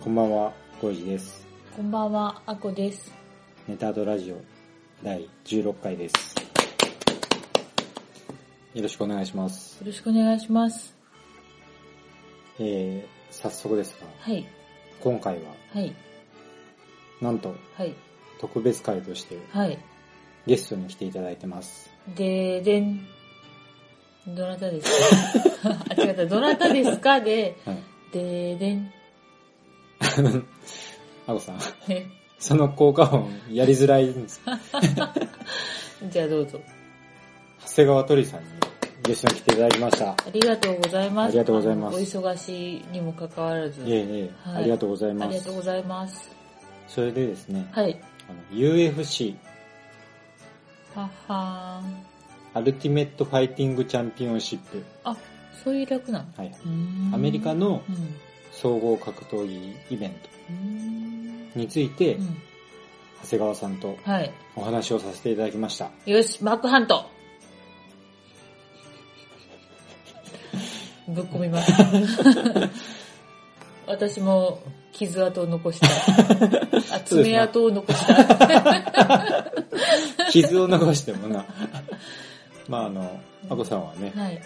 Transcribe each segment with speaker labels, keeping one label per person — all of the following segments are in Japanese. Speaker 1: こんばんは、ゴイジです。
Speaker 2: こんばんは、あこです。
Speaker 1: ネタドラジオ第16回です。よろしくお願いします。
Speaker 2: よろしくお願いします。
Speaker 1: えー、早速ですが、
Speaker 2: はい、
Speaker 1: 今回は、
Speaker 2: はい、
Speaker 1: なんと
Speaker 2: はい、
Speaker 1: 特別会として
Speaker 2: はい。
Speaker 1: ゲストに来ていただいてます。
Speaker 2: で、でん。どなたです かあ、違った。どなたですかで、
Speaker 1: はい。
Speaker 2: で、でん。
Speaker 1: あこさん、
Speaker 2: え
Speaker 1: その効果音やりづらいん です。
Speaker 2: じゃあどうぞ。
Speaker 1: 長谷川鳥さんにゲストに来ていただきました。
Speaker 2: ありがとうございます。
Speaker 1: ありがとうございます
Speaker 2: お忙しいにもかかわらず。
Speaker 1: いえいえ、
Speaker 2: はい
Speaker 1: ありがとうござい
Speaker 2: あ
Speaker 1: ま
Speaker 2: りが
Speaker 1: す
Speaker 2: とう。ございます。
Speaker 1: それでですね、
Speaker 2: はい。
Speaker 1: あの UFC
Speaker 2: はっはーん。
Speaker 1: アルティメットファイティングチャンピオンシップ。
Speaker 2: あ、そういう略なの
Speaker 1: はい。
Speaker 2: うーん
Speaker 1: アメリカの
Speaker 2: うん。
Speaker 1: 総合格闘技イベン
Speaker 2: うーん。
Speaker 1: トについて、
Speaker 2: うん
Speaker 1: 長谷川さんと
Speaker 2: はい。
Speaker 1: お話をさせていただきました。
Speaker 2: よし、マークハントぶっ込み ます。私も傷跡を残し た。あ、
Speaker 1: そうですね
Speaker 2: 爪跡を残した。
Speaker 1: 傷を残してもな。 まああの、あこさんはね、
Speaker 2: はい。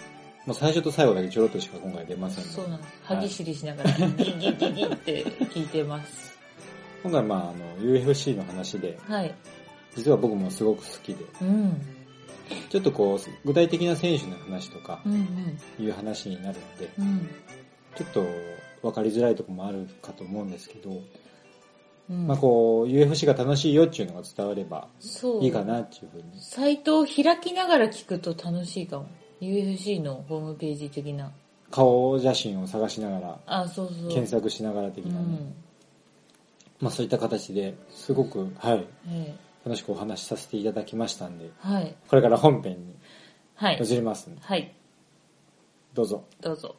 Speaker 1: もう最初と最後だけちょろっとしか今回出ません
Speaker 2: そ
Speaker 1: の
Speaker 2: う
Speaker 1: で、
Speaker 2: なんです。歯ぎしりしながら、ギンギンギンギンギンって聞いてます。
Speaker 1: 今回まああの、UFC の話で、
Speaker 2: はい。
Speaker 1: 実は僕もすごく好きで、
Speaker 2: うん。
Speaker 1: ちょっとこう、具体的な選手の話とか
Speaker 2: う、んうん。
Speaker 1: いう話になるので、
Speaker 2: うん。
Speaker 1: ちょっと分かりづらいところもあるかと思うんですけど、
Speaker 2: うん、
Speaker 1: まあこう、UFC が楽しいよっていうのが伝われば
Speaker 2: そう。
Speaker 1: いいかなっていうふうに。
Speaker 2: サイトを開きながら聞くと楽しいかも。UFC のホームページ的な。
Speaker 1: 顔写真を探しながら、
Speaker 2: あ、そうそう。
Speaker 1: 検索しながら的なね、
Speaker 2: うん。
Speaker 1: まあそういった形ですごく、はい、
Speaker 2: ええ
Speaker 1: 楽しくお話しさせていただきましたんで、
Speaker 2: はい。
Speaker 1: これから本編に
Speaker 2: はい
Speaker 1: 移。りますんで、
Speaker 2: はい。
Speaker 1: どうぞ。
Speaker 2: どうぞ。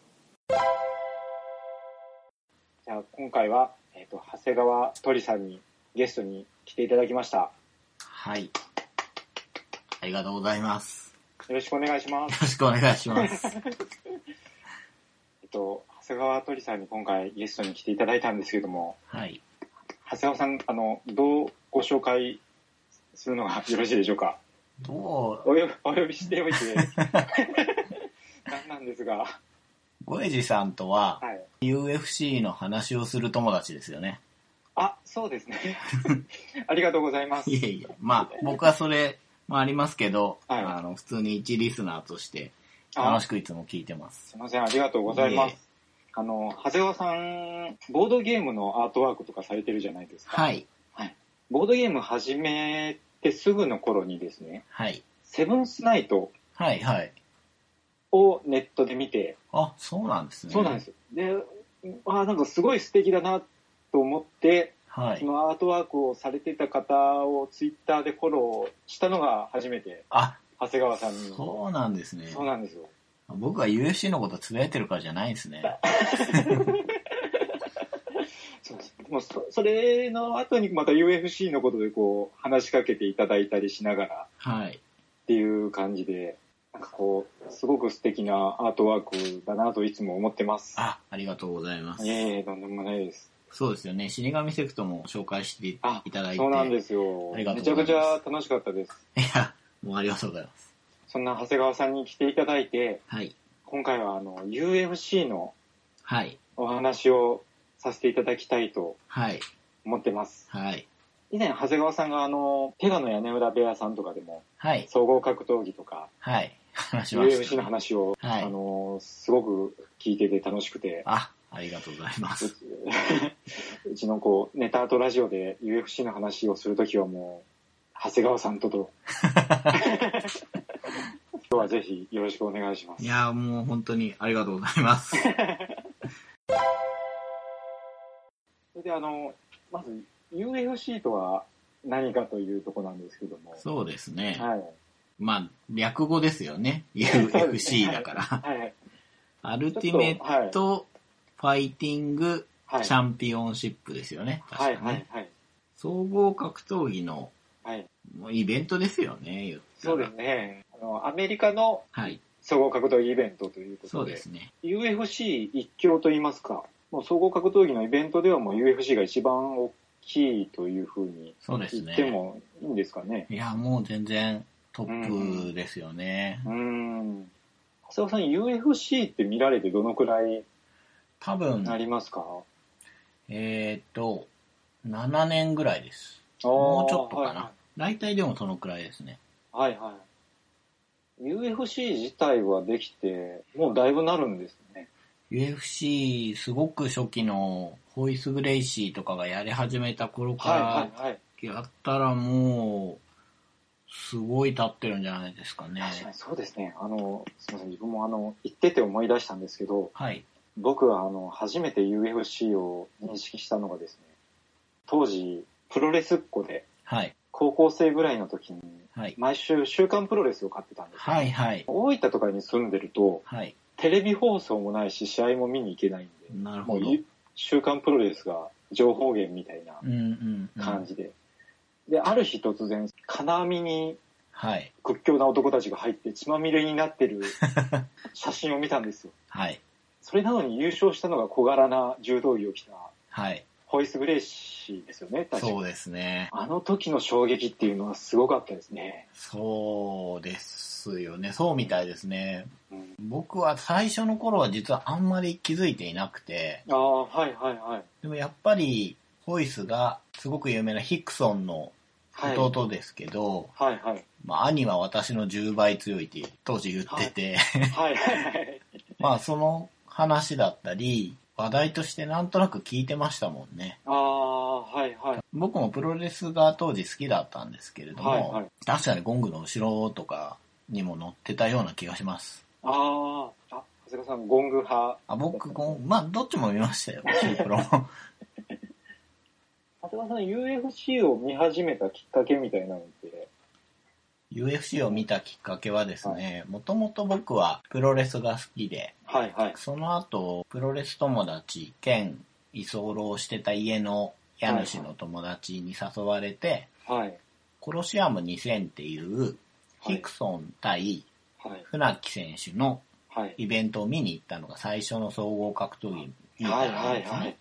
Speaker 1: じゃあ今回は、えっ、と、長谷川鳥さんにゲストに来ていただきました。よ
Speaker 3: はい。ありがとうございます。
Speaker 1: ろしくお願いしま
Speaker 3: よ
Speaker 1: す。
Speaker 3: ろしくお願い します。
Speaker 1: えっ、と、長谷川鳥さんに今回ゲストに来ていただいたんですけども、
Speaker 3: はい。
Speaker 1: 長谷川さん、あの、どうご紹介するのがよろしいでしょうか
Speaker 3: どう、
Speaker 1: およお呼びしておいて、なんなんですが、
Speaker 3: ゴエジさんとは
Speaker 1: はい。
Speaker 3: UFC の話をする友達ですよね。
Speaker 1: あ、そうですね。ありがとうございます。
Speaker 3: いえいえ。まあ、僕はそれもありますけど、
Speaker 1: はい
Speaker 3: あの、普通に一リスナーとして
Speaker 1: あ
Speaker 3: 楽しくいつも聞いてます。
Speaker 1: すいません、ありがとうございま
Speaker 3: いえいえ
Speaker 1: す。あの、長谷川さん、ボードゲームのアートワークとかされてるじゃないですか。
Speaker 3: はい。
Speaker 1: ボードゲーム始めてすぐの頃にですね、
Speaker 3: はい。
Speaker 1: セブンスナイト
Speaker 3: はい、はい。
Speaker 1: をネットで見て、
Speaker 3: あ、そうなんですね。。
Speaker 1: そうなんですす。で、あなんかすごい素敵だなと思って、
Speaker 3: は
Speaker 1: そ
Speaker 3: い。
Speaker 1: のアートワークをされてた方をツイッターでフォローしたのが初めて、
Speaker 3: あ、
Speaker 1: 長谷川さんに。
Speaker 3: そうなんですね。
Speaker 1: そうなんですよ。
Speaker 3: 僕は UFC のことつぶやいてるからじゃないんですね。
Speaker 1: そうですもうそそれの後にまた UFC のことでこう話しかけていただいたりしながら
Speaker 3: はい。
Speaker 1: っていう感じで、なんかこう、すごく素敵なアートワークだなといつも思ってます。
Speaker 3: あ、ありがとうございます。
Speaker 1: いえいえ、とんでもないです。
Speaker 3: そうですよね。死神セクトも紹介してい
Speaker 1: あ
Speaker 3: ただいて。
Speaker 1: そうなんですよ。
Speaker 3: ありがと
Speaker 1: め
Speaker 3: う
Speaker 1: ちゃ
Speaker 3: ござ
Speaker 1: く
Speaker 3: います
Speaker 1: ちゃ楽しかったです。
Speaker 3: いや、もうありがとうございます。
Speaker 1: そんな長谷川さんに来ていただいて、
Speaker 3: はい。
Speaker 1: 今回はあの UFC の
Speaker 3: はい。
Speaker 1: お話をさせていただきたいと
Speaker 3: はい。
Speaker 1: 思ってます。
Speaker 3: はい。
Speaker 1: 以前、長谷川さんがあの、ペガの屋根裏部屋さんとかでも、
Speaker 3: はい。
Speaker 1: 総合格闘技とか、
Speaker 3: はい。話しまし
Speaker 1: UFC
Speaker 3: た
Speaker 1: の。話を、
Speaker 3: はい
Speaker 1: あのすごく聞いてて楽しくて、
Speaker 3: あ、ありがとうございます。
Speaker 1: うちのこう、ネタとラジオで UFC の話をするときはもう、長谷川さんとと。 今日はぜひよろしくお 願いします
Speaker 3: い。や、もう本当にありがとうございます。
Speaker 1: それであの、まず UFC とは何かというとこなんですけども。
Speaker 3: そうですね。
Speaker 1: はい。
Speaker 3: まあ、略語ですよね。
Speaker 1: そうですね
Speaker 3: UFC だから。
Speaker 1: はい。
Speaker 3: アルティメッ
Speaker 1: ち
Speaker 3: トファイティング
Speaker 1: はい。
Speaker 3: チャンピオンシップですよね。確か
Speaker 1: はい、
Speaker 3: ね。
Speaker 1: はい、はい。
Speaker 3: 総合格闘技の
Speaker 1: はい。
Speaker 3: もうイベントですよね、言った
Speaker 1: そ
Speaker 3: ら
Speaker 1: うですね。あの、アメリカの
Speaker 3: はい。
Speaker 1: 総合格闘技イベントということで。
Speaker 3: そうですね。
Speaker 1: UFC 一強と言いますか。もう総合格闘技のイベントではもう UFC が一番大きいというふうに
Speaker 3: そうです
Speaker 1: 言っ
Speaker 3: ね。
Speaker 1: てもいいんですかね。
Speaker 3: いや、もう全然トップですよね。
Speaker 1: うーん。長谷川さん、UFC って見られてどのくらい
Speaker 3: 多分、
Speaker 1: なりますか、
Speaker 3: えーっと、7年ぐらいです。
Speaker 1: あー
Speaker 3: もうちょっとかな。大体でもそのくらいですね。
Speaker 1: はいはい。はいはい。UFC 自体はできて、もうだいぶなるんですね。
Speaker 3: UFC すごく初期のホイス・グレイシーとかがやり始めた
Speaker 1: は
Speaker 3: 頃か
Speaker 1: いはいはい。
Speaker 3: らやったらもうすごい立ってるんじゃないですかね。
Speaker 1: 確かにそうですね。あの、すみません、自分もあの、言ってて思い出したんですけど、
Speaker 3: はい。
Speaker 1: 僕はあの、初めて UFC を認識したのがですね、当時、プロレスっ子で、
Speaker 3: はい。
Speaker 1: 高校生ぐらいの時に、
Speaker 3: はい。
Speaker 1: 毎週週刊プロレスを買ってたんですよ
Speaker 3: はいはい。
Speaker 1: 大分とかに住んでると、
Speaker 3: はい。
Speaker 1: テレビ放送もないし、試合も見に行けないんで、
Speaker 3: なる
Speaker 1: も
Speaker 3: ほ
Speaker 1: う
Speaker 3: ど。
Speaker 1: い週刊プロレスが情報源みたいな
Speaker 3: うんうん、うん。
Speaker 1: 感じで。で、ある日突然、金網に
Speaker 3: はい。
Speaker 1: 屈強な男たちが入って血まみれになって る写真を見たんですよ。
Speaker 3: はい。
Speaker 1: それなのに優勝したのが小柄な柔道着を着た
Speaker 3: はい。
Speaker 1: ホイス・グレイシーですよね、確
Speaker 3: そ
Speaker 1: か
Speaker 3: うですね。
Speaker 1: あの時の衝撃っていうのはすごかったですね。
Speaker 3: そうですよね。そうみたいですね。
Speaker 1: うん
Speaker 3: 僕は最初の頃は実はあんまり気づいていなくて、
Speaker 1: ああ、はいはいはい。
Speaker 3: でもやっぱりホイスがすごく有名なヒクソンの
Speaker 1: はい、
Speaker 3: 弟ですけど、
Speaker 1: はいはい。
Speaker 3: まあ兄は私の10倍強いって当時言ってて、
Speaker 1: はいはいはい。
Speaker 3: まあその話だったり、話題としてなんとなく聞いてましたもんね。
Speaker 1: ああ、はいはい。
Speaker 3: 僕もプロレスが当時好きだったんですけれども、
Speaker 1: はいはい
Speaker 3: 確かにゴングの後ろとかにも乗ってたような気がします。
Speaker 1: ああ、あ、長谷川さん、ゴング派。
Speaker 3: あ僕、ゴンまあどっちも見まし たよ、シープロも。
Speaker 1: 長谷川さん、UFC を見始めたきっかけみたいなのって、
Speaker 3: UFC を見たきっかけはですね、もともと僕はプロレスが好きで、
Speaker 1: はいはい。
Speaker 3: その後、プロレス友達兼居候してた家の家主の友達に誘われて、
Speaker 1: はい。
Speaker 3: コロシアム2000っていう
Speaker 1: はい
Speaker 3: ヒクソン対
Speaker 1: はい。
Speaker 3: 船木選手の
Speaker 1: はい。
Speaker 3: イベントを見に行ったのが最初の総合格闘技み
Speaker 1: は
Speaker 3: た
Speaker 1: い
Speaker 3: いなん
Speaker 1: は
Speaker 3: で
Speaker 1: い
Speaker 3: すね、
Speaker 1: はい。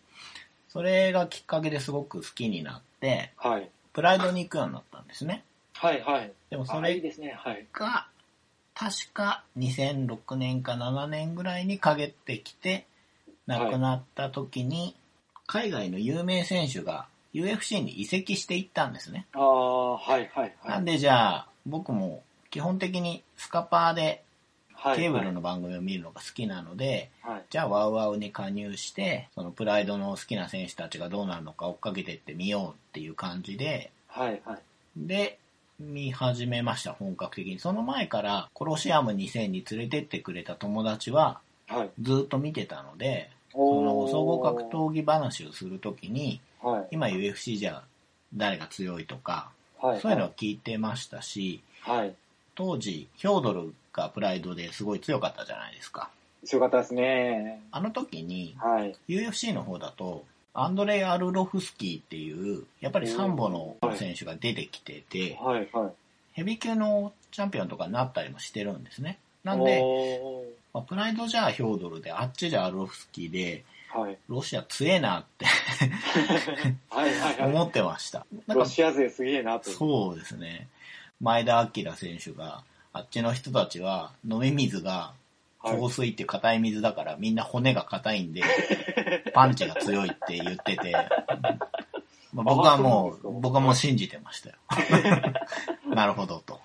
Speaker 3: それがきっかけですごく好きになって、
Speaker 1: はい。
Speaker 3: プライドに行くようになったんですね。
Speaker 1: はいはい。
Speaker 3: でもそ
Speaker 1: あ、い
Speaker 3: れ
Speaker 1: いですね。はい。
Speaker 3: が、確か2006年か7年ぐらいに陰ってきて、亡くなった時に、海外の有名選手が UFC に移籍していったんですね。
Speaker 1: ああ、はいはいはい。
Speaker 3: なんでじゃあ、僕も基本的にスカパーで
Speaker 1: はい、
Speaker 3: ケーブルの番組を見るのが好きなので、
Speaker 1: はい。
Speaker 3: じゃあワウワウに加入して、そのプライドの好きな選手たちがどうなるのか追っかけてってみようっていう感じで、
Speaker 1: はいはい。
Speaker 3: で、見始めました、本格的に。その前から、コロシアム2000に連れてってくれた友達は、
Speaker 1: はい。
Speaker 3: ずっと見てたので、そ
Speaker 1: お
Speaker 3: の
Speaker 1: ー
Speaker 3: 総合格闘技話をするときに、
Speaker 1: はい。
Speaker 3: 今 UFC じゃ誰が強いとか、
Speaker 1: はい。
Speaker 3: そういうのを聞いてましたし、
Speaker 1: はい。
Speaker 3: 当時、ヒョードルがプライドですごい強かったじゃないですか。
Speaker 1: 強かったですね。
Speaker 3: あの時に、
Speaker 1: はい。
Speaker 3: UFC の方だと、アンドレイ・アルロフスキーっていう、やっぱりサンボの選手が出てきてて、
Speaker 1: はいはい。
Speaker 3: ヘビー級のチャンピオンとかになったりもしてるんですね。なんで、
Speaker 1: お
Speaker 3: まあプライドじゃヒョードルで、あっちじゃアロフスキーで、
Speaker 1: ーはい。
Speaker 3: ロシア強えなって
Speaker 1: はいはいは
Speaker 3: 思ってました。
Speaker 1: い。
Speaker 3: なん
Speaker 1: ロ
Speaker 3: か
Speaker 1: シア勢すげえなと。
Speaker 3: そうですね。前田明選手が、あっちの人たちは飲み水が
Speaker 1: はい
Speaker 3: 硬水って硬い水だからみんな骨が硬いんで、 パンチが強いって言ってて、まあ僕は
Speaker 1: そうな
Speaker 3: もう
Speaker 1: んですか
Speaker 3: 僕はもう信じてま したよ。 なるほどと。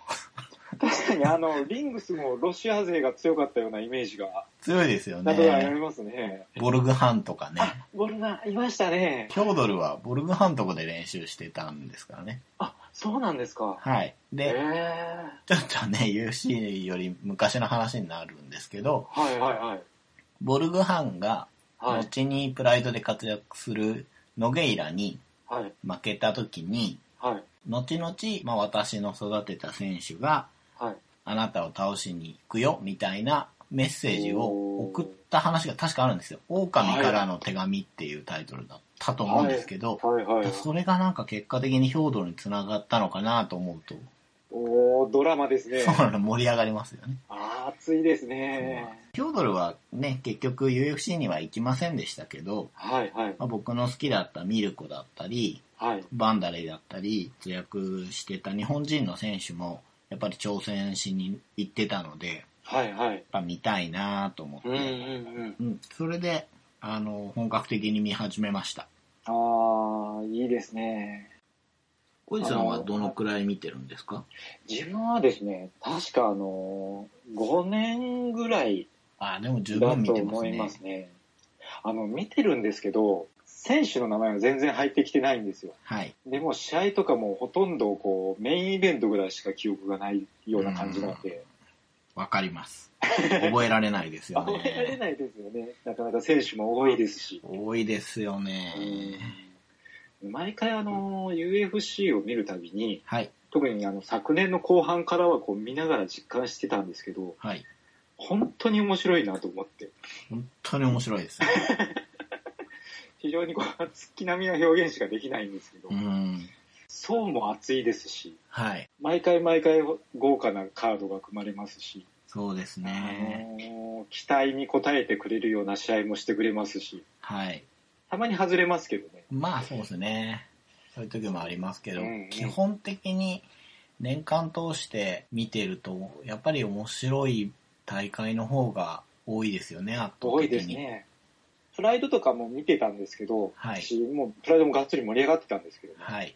Speaker 1: 確かにあの、リングスもロシア勢が強かったようなイメージが、
Speaker 3: 強いですよ
Speaker 1: なんとかあり
Speaker 3: ね。
Speaker 1: ますね。
Speaker 3: ボルグハンとかね。
Speaker 1: あ、ボルナ、いましたね。
Speaker 3: ヒョードルはボルグハンとこで練習してたんですからね。
Speaker 1: あ、そうなんですか。
Speaker 3: はい。
Speaker 1: ええ
Speaker 3: で、ちょっとね、UFC より昔の話になるんですけど、
Speaker 1: はいはいはい。
Speaker 3: ボルグハンが
Speaker 1: はい。
Speaker 3: 後にプライドで活躍するノゲイラに
Speaker 1: はい。
Speaker 3: 負けた時に、
Speaker 1: はい。
Speaker 3: 後々、まあ、私の育てた選手が
Speaker 1: はい。
Speaker 3: あなたを倒しに行くよみたいなメッセージを送った話が確かあるんですよ。狼からの手紙っていうタイトルだったと思うんですけど、
Speaker 1: はいはい。
Speaker 3: それがなんか結果的に兵道につながったのかなと思うと、
Speaker 1: おもうドラマですね。
Speaker 3: そうなの盛り上がりますよね。
Speaker 1: あー熱いですね。
Speaker 3: ピョードルはね、結局 UFC には行きませんでしたけど、
Speaker 1: はいはい。
Speaker 3: まあ、僕の好きだったミルコだったり、
Speaker 1: はい。
Speaker 3: バンダレイだったり、通訳してた日本人の選手も、やっぱり挑戦しに行ってたので、やっ
Speaker 1: はいはい。
Speaker 3: ぱ見たいなと思って、
Speaker 1: うんうんうん。
Speaker 3: うん、それで、あの、本格的に見始めました。
Speaker 1: ああ、いいですね。
Speaker 3: 小路さんはどのくらい見てるんですか
Speaker 1: 自分はですね、確かあの、5年ぐらい
Speaker 3: あ、でも十
Speaker 1: だ
Speaker 3: 分見
Speaker 1: と
Speaker 3: てます
Speaker 1: 思い
Speaker 3: ね。
Speaker 1: ますね。あの、見てるんですけど、選手の名前が全然入ってきてないんですよ。
Speaker 3: はい。
Speaker 1: でも試合とかもほとんどこう、メインイベントぐらいしか記憶がないような感じなんで、
Speaker 3: わかります。覚えられないですよ
Speaker 1: 覚えられ
Speaker 3: ね。
Speaker 1: ないですよね。なかなか選手も多いですし。
Speaker 3: 多いですよね。
Speaker 1: 毎回あの、UFC を見るたびに、
Speaker 3: はい、
Speaker 1: 特にあの、昨年の後半からはこう見ながら実感してたんですけど、
Speaker 3: はい。
Speaker 1: 本当に面白いなと思って、
Speaker 3: 本当に面白いですよ。
Speaker 1: 非常にこう、月並みな表現しかできないんですけど
Speaker 3: う、ん。
Speaker 1: 層も厚いですし、
Speaker 3: はい。
Speaker 1: 毎回毎回豪華なカードが組まれますし、
Speaker 3: そうです
Speaker 1: あ
Speaker 3: ね。
Speaker 1: の期待に応えてくれるような試合もしてくれますし、
Speaker 3: はい。
Speaker 1: たまに外れますけどね。
Speaker 3: まあそうですね。そういう時もありますけど、
Speaker 1: うんうん
Speaker 3: 基本的に年間通して見てると、やっぱり面白い大会の方が多いですよね、圧倒
Speaker 1: 多い
Speaker 3: 的に。
Speaker 1: ですね。プライドとかも見てたんですけど、
Speaker 3: はい
Speaker 1: 私もうプライドもがっつり盛り上がってたんですけど、
Speaker 3: はい。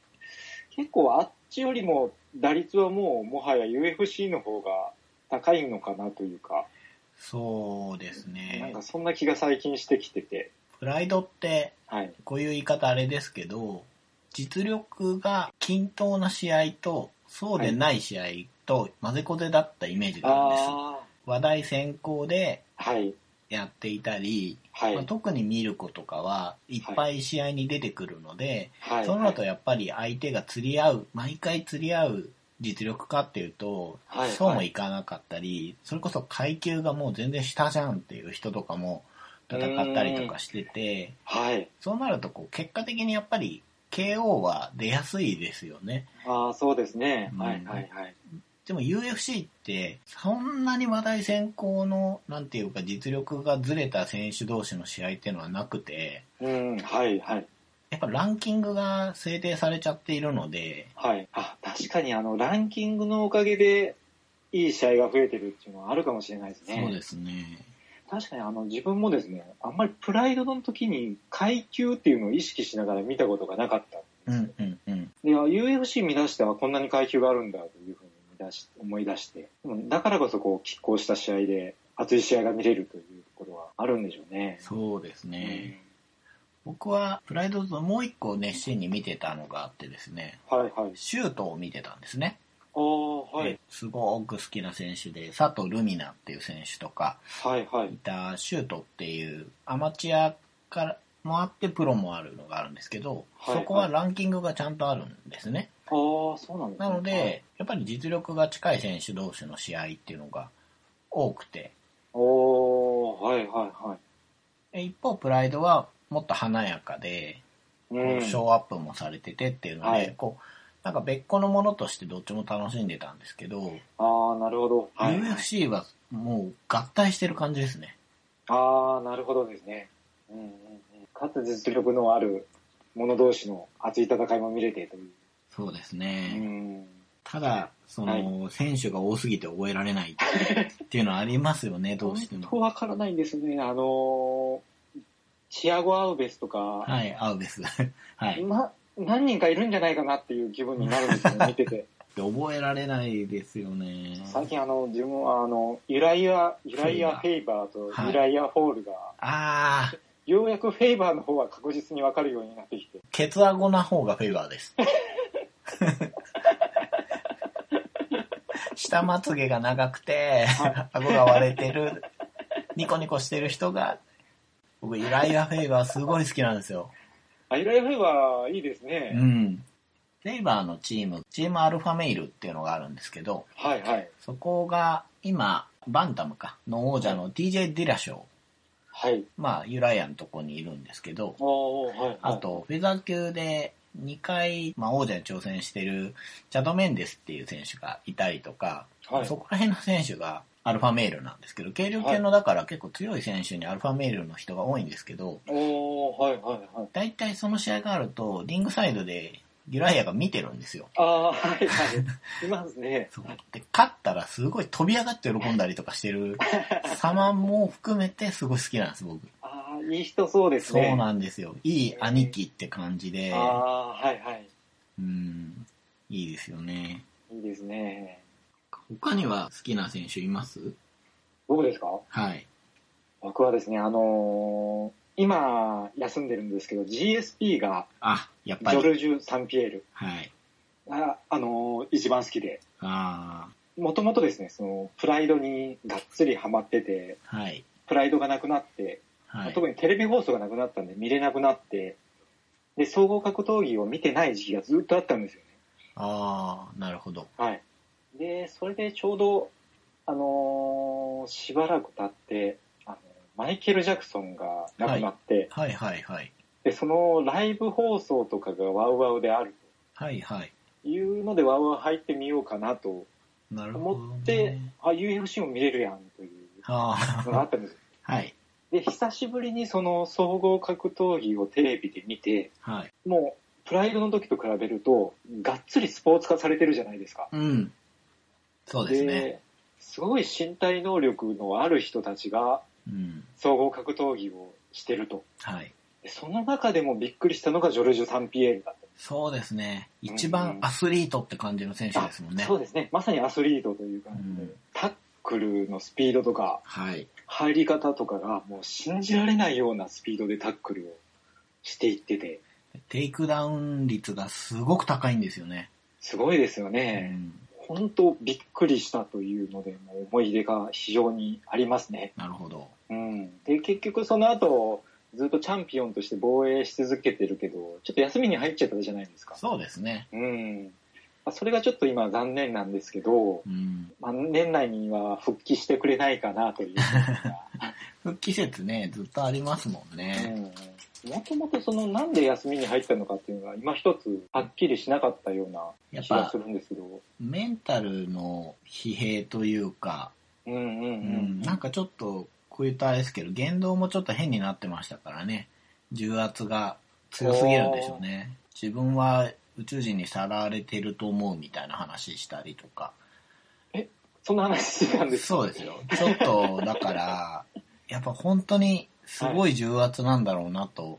Speaker 1: 結構あっちよりも打率はもうもはや UFC の方が高いのかなというか、
Speaker 3: そうです
Speaker 1: なん
Speaker 3: ね
Speaker 1: か。そんな気が最近してきてて、
Speaker 3: プライドって、
Speaker 1: はい。
Speaker 3: こういう言い方あれですけど、実力が均等な試合と、そうでない試合と、混ぜこぜだったイメージがあるんです。
Speaker 1: あ
Speaker 3: 話題先行で
Speaker 1: あ、はい、
Speaker 3: やっていたり、
Speaker 1: はい、
Speaker 3: まあ、特にミルコとかはいっぱい試合に出てくるので、
Speaker 1: はい。
Speaker 3: その後やっぱり相手が釣り合う、毎回釣り合う実力かっていうと、
Speaker 1: はいはい
Speaker 3: そうもいかなかったり、それこそ階級がもう全然下じゃんっていう人とかも戦ったりとかしてて、
Speaker 1: はい。
Speaker 3: そうなるとこう結果的にやっぱり KO は出やすいですよね。
Speaker 1: ああ、そうですね。
Speaker 3: うん
Speaker 1: はい、はい、はい。
Speaker 3: でも UFC ってそんなに話題先行のなんていうか実力がずれた選手同士の試合っていうのはなくて、
Speaker 1: うん、はい、はい。
Speaker 3: やっぱランキングが制定されちゃっているので、
Speaker 1: はい。あ、確かにあの、ランキングのおかげで、いい試合が増えてるっていうのはあるかもしれないですね。
Speaker 3: そうですね。
Speaker 1: 確かにあの、自分もですね、あんまりプライドの時に階級っていうのを意識しながら見たことがなかった。
Speaker 3: うんうんうん。
Speaker 1: で、あ UFC 見出してはこんなに階級があるんだというふうに見出し思い出して、でもだからこそこう、拮抗した試合で、熱い試合が見れるというところはあるんでしょうね。
Speaker 3: そうです
Speaker 1: う
Speaker 3: ね。
Speaker 1: ん
Speaker 3: 僕はプライドともう一個熱心に見てたのがあってですね、
Speaker 1: はいはい。
Speaker 3: シュートを見てたんですね。
Speaker 1: ああ、はい。
Speaker 3: ですごく好きな選手で、佐藤ルミナっていう選手とか、
Speaker 1: はいはいい。
Speaker 3: たシュートっていうアマチュアからもあってプロもあるのがあるんですけど、
Speaker 1: はい
Speaker 3: そこはランキングがちゃんとあるんですね。
Speaker 1: ああ、そうなんですね。
Speaker 3: なので、やっぱり実力が近い選手同士の試合っていうのが多くて、
Speaker 1: おー、はいはいは
Speaker 3: え一方プライドはもっと華やかで、
Speaker 1: い。
Speaker 3: こう
Speaker 1: うん。
Speaker 3: ショーアップもされててっていうので、
Speaker 1: はい
Speaker 3: こう、なんか別個のものとしてどっちも楽しんでたんですけど、
Speaker 1: ああ、なるほど。はい。
Speaker 3: UFC はもう合体してる感じですね。
Speaker 1: ああ、なるほどですね。うんうんうん。かつ実力のある者同士の熱い戦いも見れてという。
Speaker 3: そうです
Speaker 1: う
Speaker 3: ね。
Speaker 1: ん。
Speaker 3: ただ、その、選手が多すぎて覚えられないっていうのはありますよね、どうして
Speaker 1: 本当
Speaker 3: も。
Speaker 1: わからないんですね。あのーチアゴ・アウベスとか、
Speaker 3: はい、合うです。 はい。
Speaker 1: な何人かいるんじゃないかなっていう気分になるんです よ、見てて。
Speaker 3: で覚えられないですよね。
Speaker 1: 最近あの、自分はあの、ユライア、ユライア・フェイバーと
Speaker 3: はい
Speaker 1: ユライア・ホールが、
Speaker 3: あー、
Speaker 1: ようやくフェイバーの方は確実にわかるようになってきて。
Speaker 3: ケツアゴな方がフェイバーです。 下まつげが長くて、顎が割れてる、ニコニコしてる人が、僕、イライラフェイバーすごい好きなんですよ。
Speaker 1: あ、ユライア・フェイバーいいですね。
Speaker 3: うん。フェイバーのチーム、チームアルファメイルっていうのがあるんですけど、
Speaker 1: はいはい。
Speaker 3: そこが今、バンタムか、の王者の DJ ディラショー、
Speaker 1: はい。
Speaker 3: まあ、ユライアのとこにいるんですけど、
Speaker 1: おーはい、はい。
Speaker 3: あと、フェザー級で2回、まあ、王者に挑戦してるチャド・メンデスっていう選手がいたりとか、
Speaker 1: はい
Speaker 3: そこら辺の選手がアルファメールなんですけど、軽量級のだから結構強い選手にアルファメールの人が多いんですけど、
Speaker 1: おー、はいはいはい。
Speaker 3: 大体その試合があると、リングサイドでギュライアが見てるんですよ。
Speaker 1: あー、はい はい。いますね。
Speaker 3: そうで、勝ったらすごい飛び上がって喜んだりとかし てる様も含めてすごい好きなんです、僕。
Speaker 1: あー、いい人そうです
Speaker 3: そう
Speaker 1: ね。
Speaker 3: なんですよ。いい兄貴って感じで、
Speaker 1: あー、はいはい。
Speaker 3: うん、いいですよね。
Speaker 1: いいですね。
Speaker 3: 他には好きな選手います
Speaker 1: どうですか
Speaker 3: はい。
Speaker 1: 僕はですね、あのー今、休んでるんですけど、GSP が、
Speaker 3: あ、やっぱ
Speaker 1: ジョ
Speaker 3: り。
Speaker 1: ルジュ・サンピエール
Speaker 3: はい。
Speaker 1: が、あのー一番好きで、
Speaker 3: あ
Speaker 1: もともとですね、その、プライドにがっつりハマってて、
Speaker 3: あ、はい。
Speaker 1: プライドがなくなって、
Speaker 3: はい。
Speaker 1: 特にテレビ放送がなくなったんで見れなくなって、で、総合格闘技を見てない時期がずっとあったんですよね。
Speaker 3: ああ、なるほど。
Speaker 1: はい。で、それでちょうど、あのーしばらく経って、あのマイケル・ジャクソンが亡くなって、
Speaker 3: はいはいはい。
Speaker 1: で、そのライブ放送とかがワウワウである
Speaker 3: はいはい。
Speaker 1: というので、ワウワウ入ってみようかなと
Speaker 3: なるほど、ね。
Speaker 1: 思って、あ、UFC も見れるやんという
Speaker 3: あ
Speaker 1: のがあったんですよ。
Speaker 3: あ、はい。
Speaker 1: で、久しぶりにその総合格闘技をテレビで見て、
Speaker 3: はい。
Speaker 1: もう、プライドの時と比べると、がっつりスポーツ化されてるじゃないですか。
Speaker 3: うん。そうですね。
Speaker 1: ですごい身体能力のある人たちが
Speaker 3: うん。
Speaker 1: 総合格闘技をしてると。
Speaker 3: はい。
Speaker 1: でその中でもびっくりしたのがジョルジュ・サンピエールだった。
Speaker 3: そうですね。
Speaker 1: ん
Speaker 3: 一番アスリートって感じの選手ですもんね。
Speaker 1: そうですね。まさにアスリートという感じで、
Speaker 3: うん
Speaker 1: タックルのスピードとか、
Speaker 3: はい。
Speaker 1: 入り方とかが、もう信じられないようなスピードでタックルをしていってて、
Speaker 3: テイクダウン率がすごく高いんですよね。
Speaker 1: すごいですよ
Speaker 3: う
Speaker 1: ね。
Speaker 3: ん。
Speaker 1: 本当びっくりしたというので、もう思い出が非常にありますね。
Speaker 3: なるほど。
Speaker 1: うん。で、結局その後、ずっとチャンピオンとして防衛し続けてるけど、ちょっと休みに入っちゃったじゃないですか。
Speaker 3: そうですね。
Speaker 1: うん。まあそれがちょっと今残念なんですけど、
Speaker 3: うん。
Speaker 1: まあ、年内には復帰してくれないかなという。
Speaker 3: 復帰説ね、ずっとありますもん ね。
Speaker 1: もともとそのなんで休みに入ったのかっていうのが今一つはっきりしなかったよう
Speaker 3: や
Speaker 1: な
Speaker 3: っ
Speaker 1: 気
Speaker 3: ぱ
Speaker 1: がするんですけど。
Speaker 3: メンタルの疲弊というか、
Speaker 1: うんうんう
Speaker 3: うんん、。なんかちょっと、こういうとあれですけど、言動もちょっと変になってましたからね。重圧が強すぎるんでしょうね。自分は宇宙人にさらわれてると思うみたいな話したりとか。
Speaker 1: そんな話してたんです
Speaker 3: そうですよ。ちょっと、だ から、やっぱ本当にすごい重圧なんだろうなと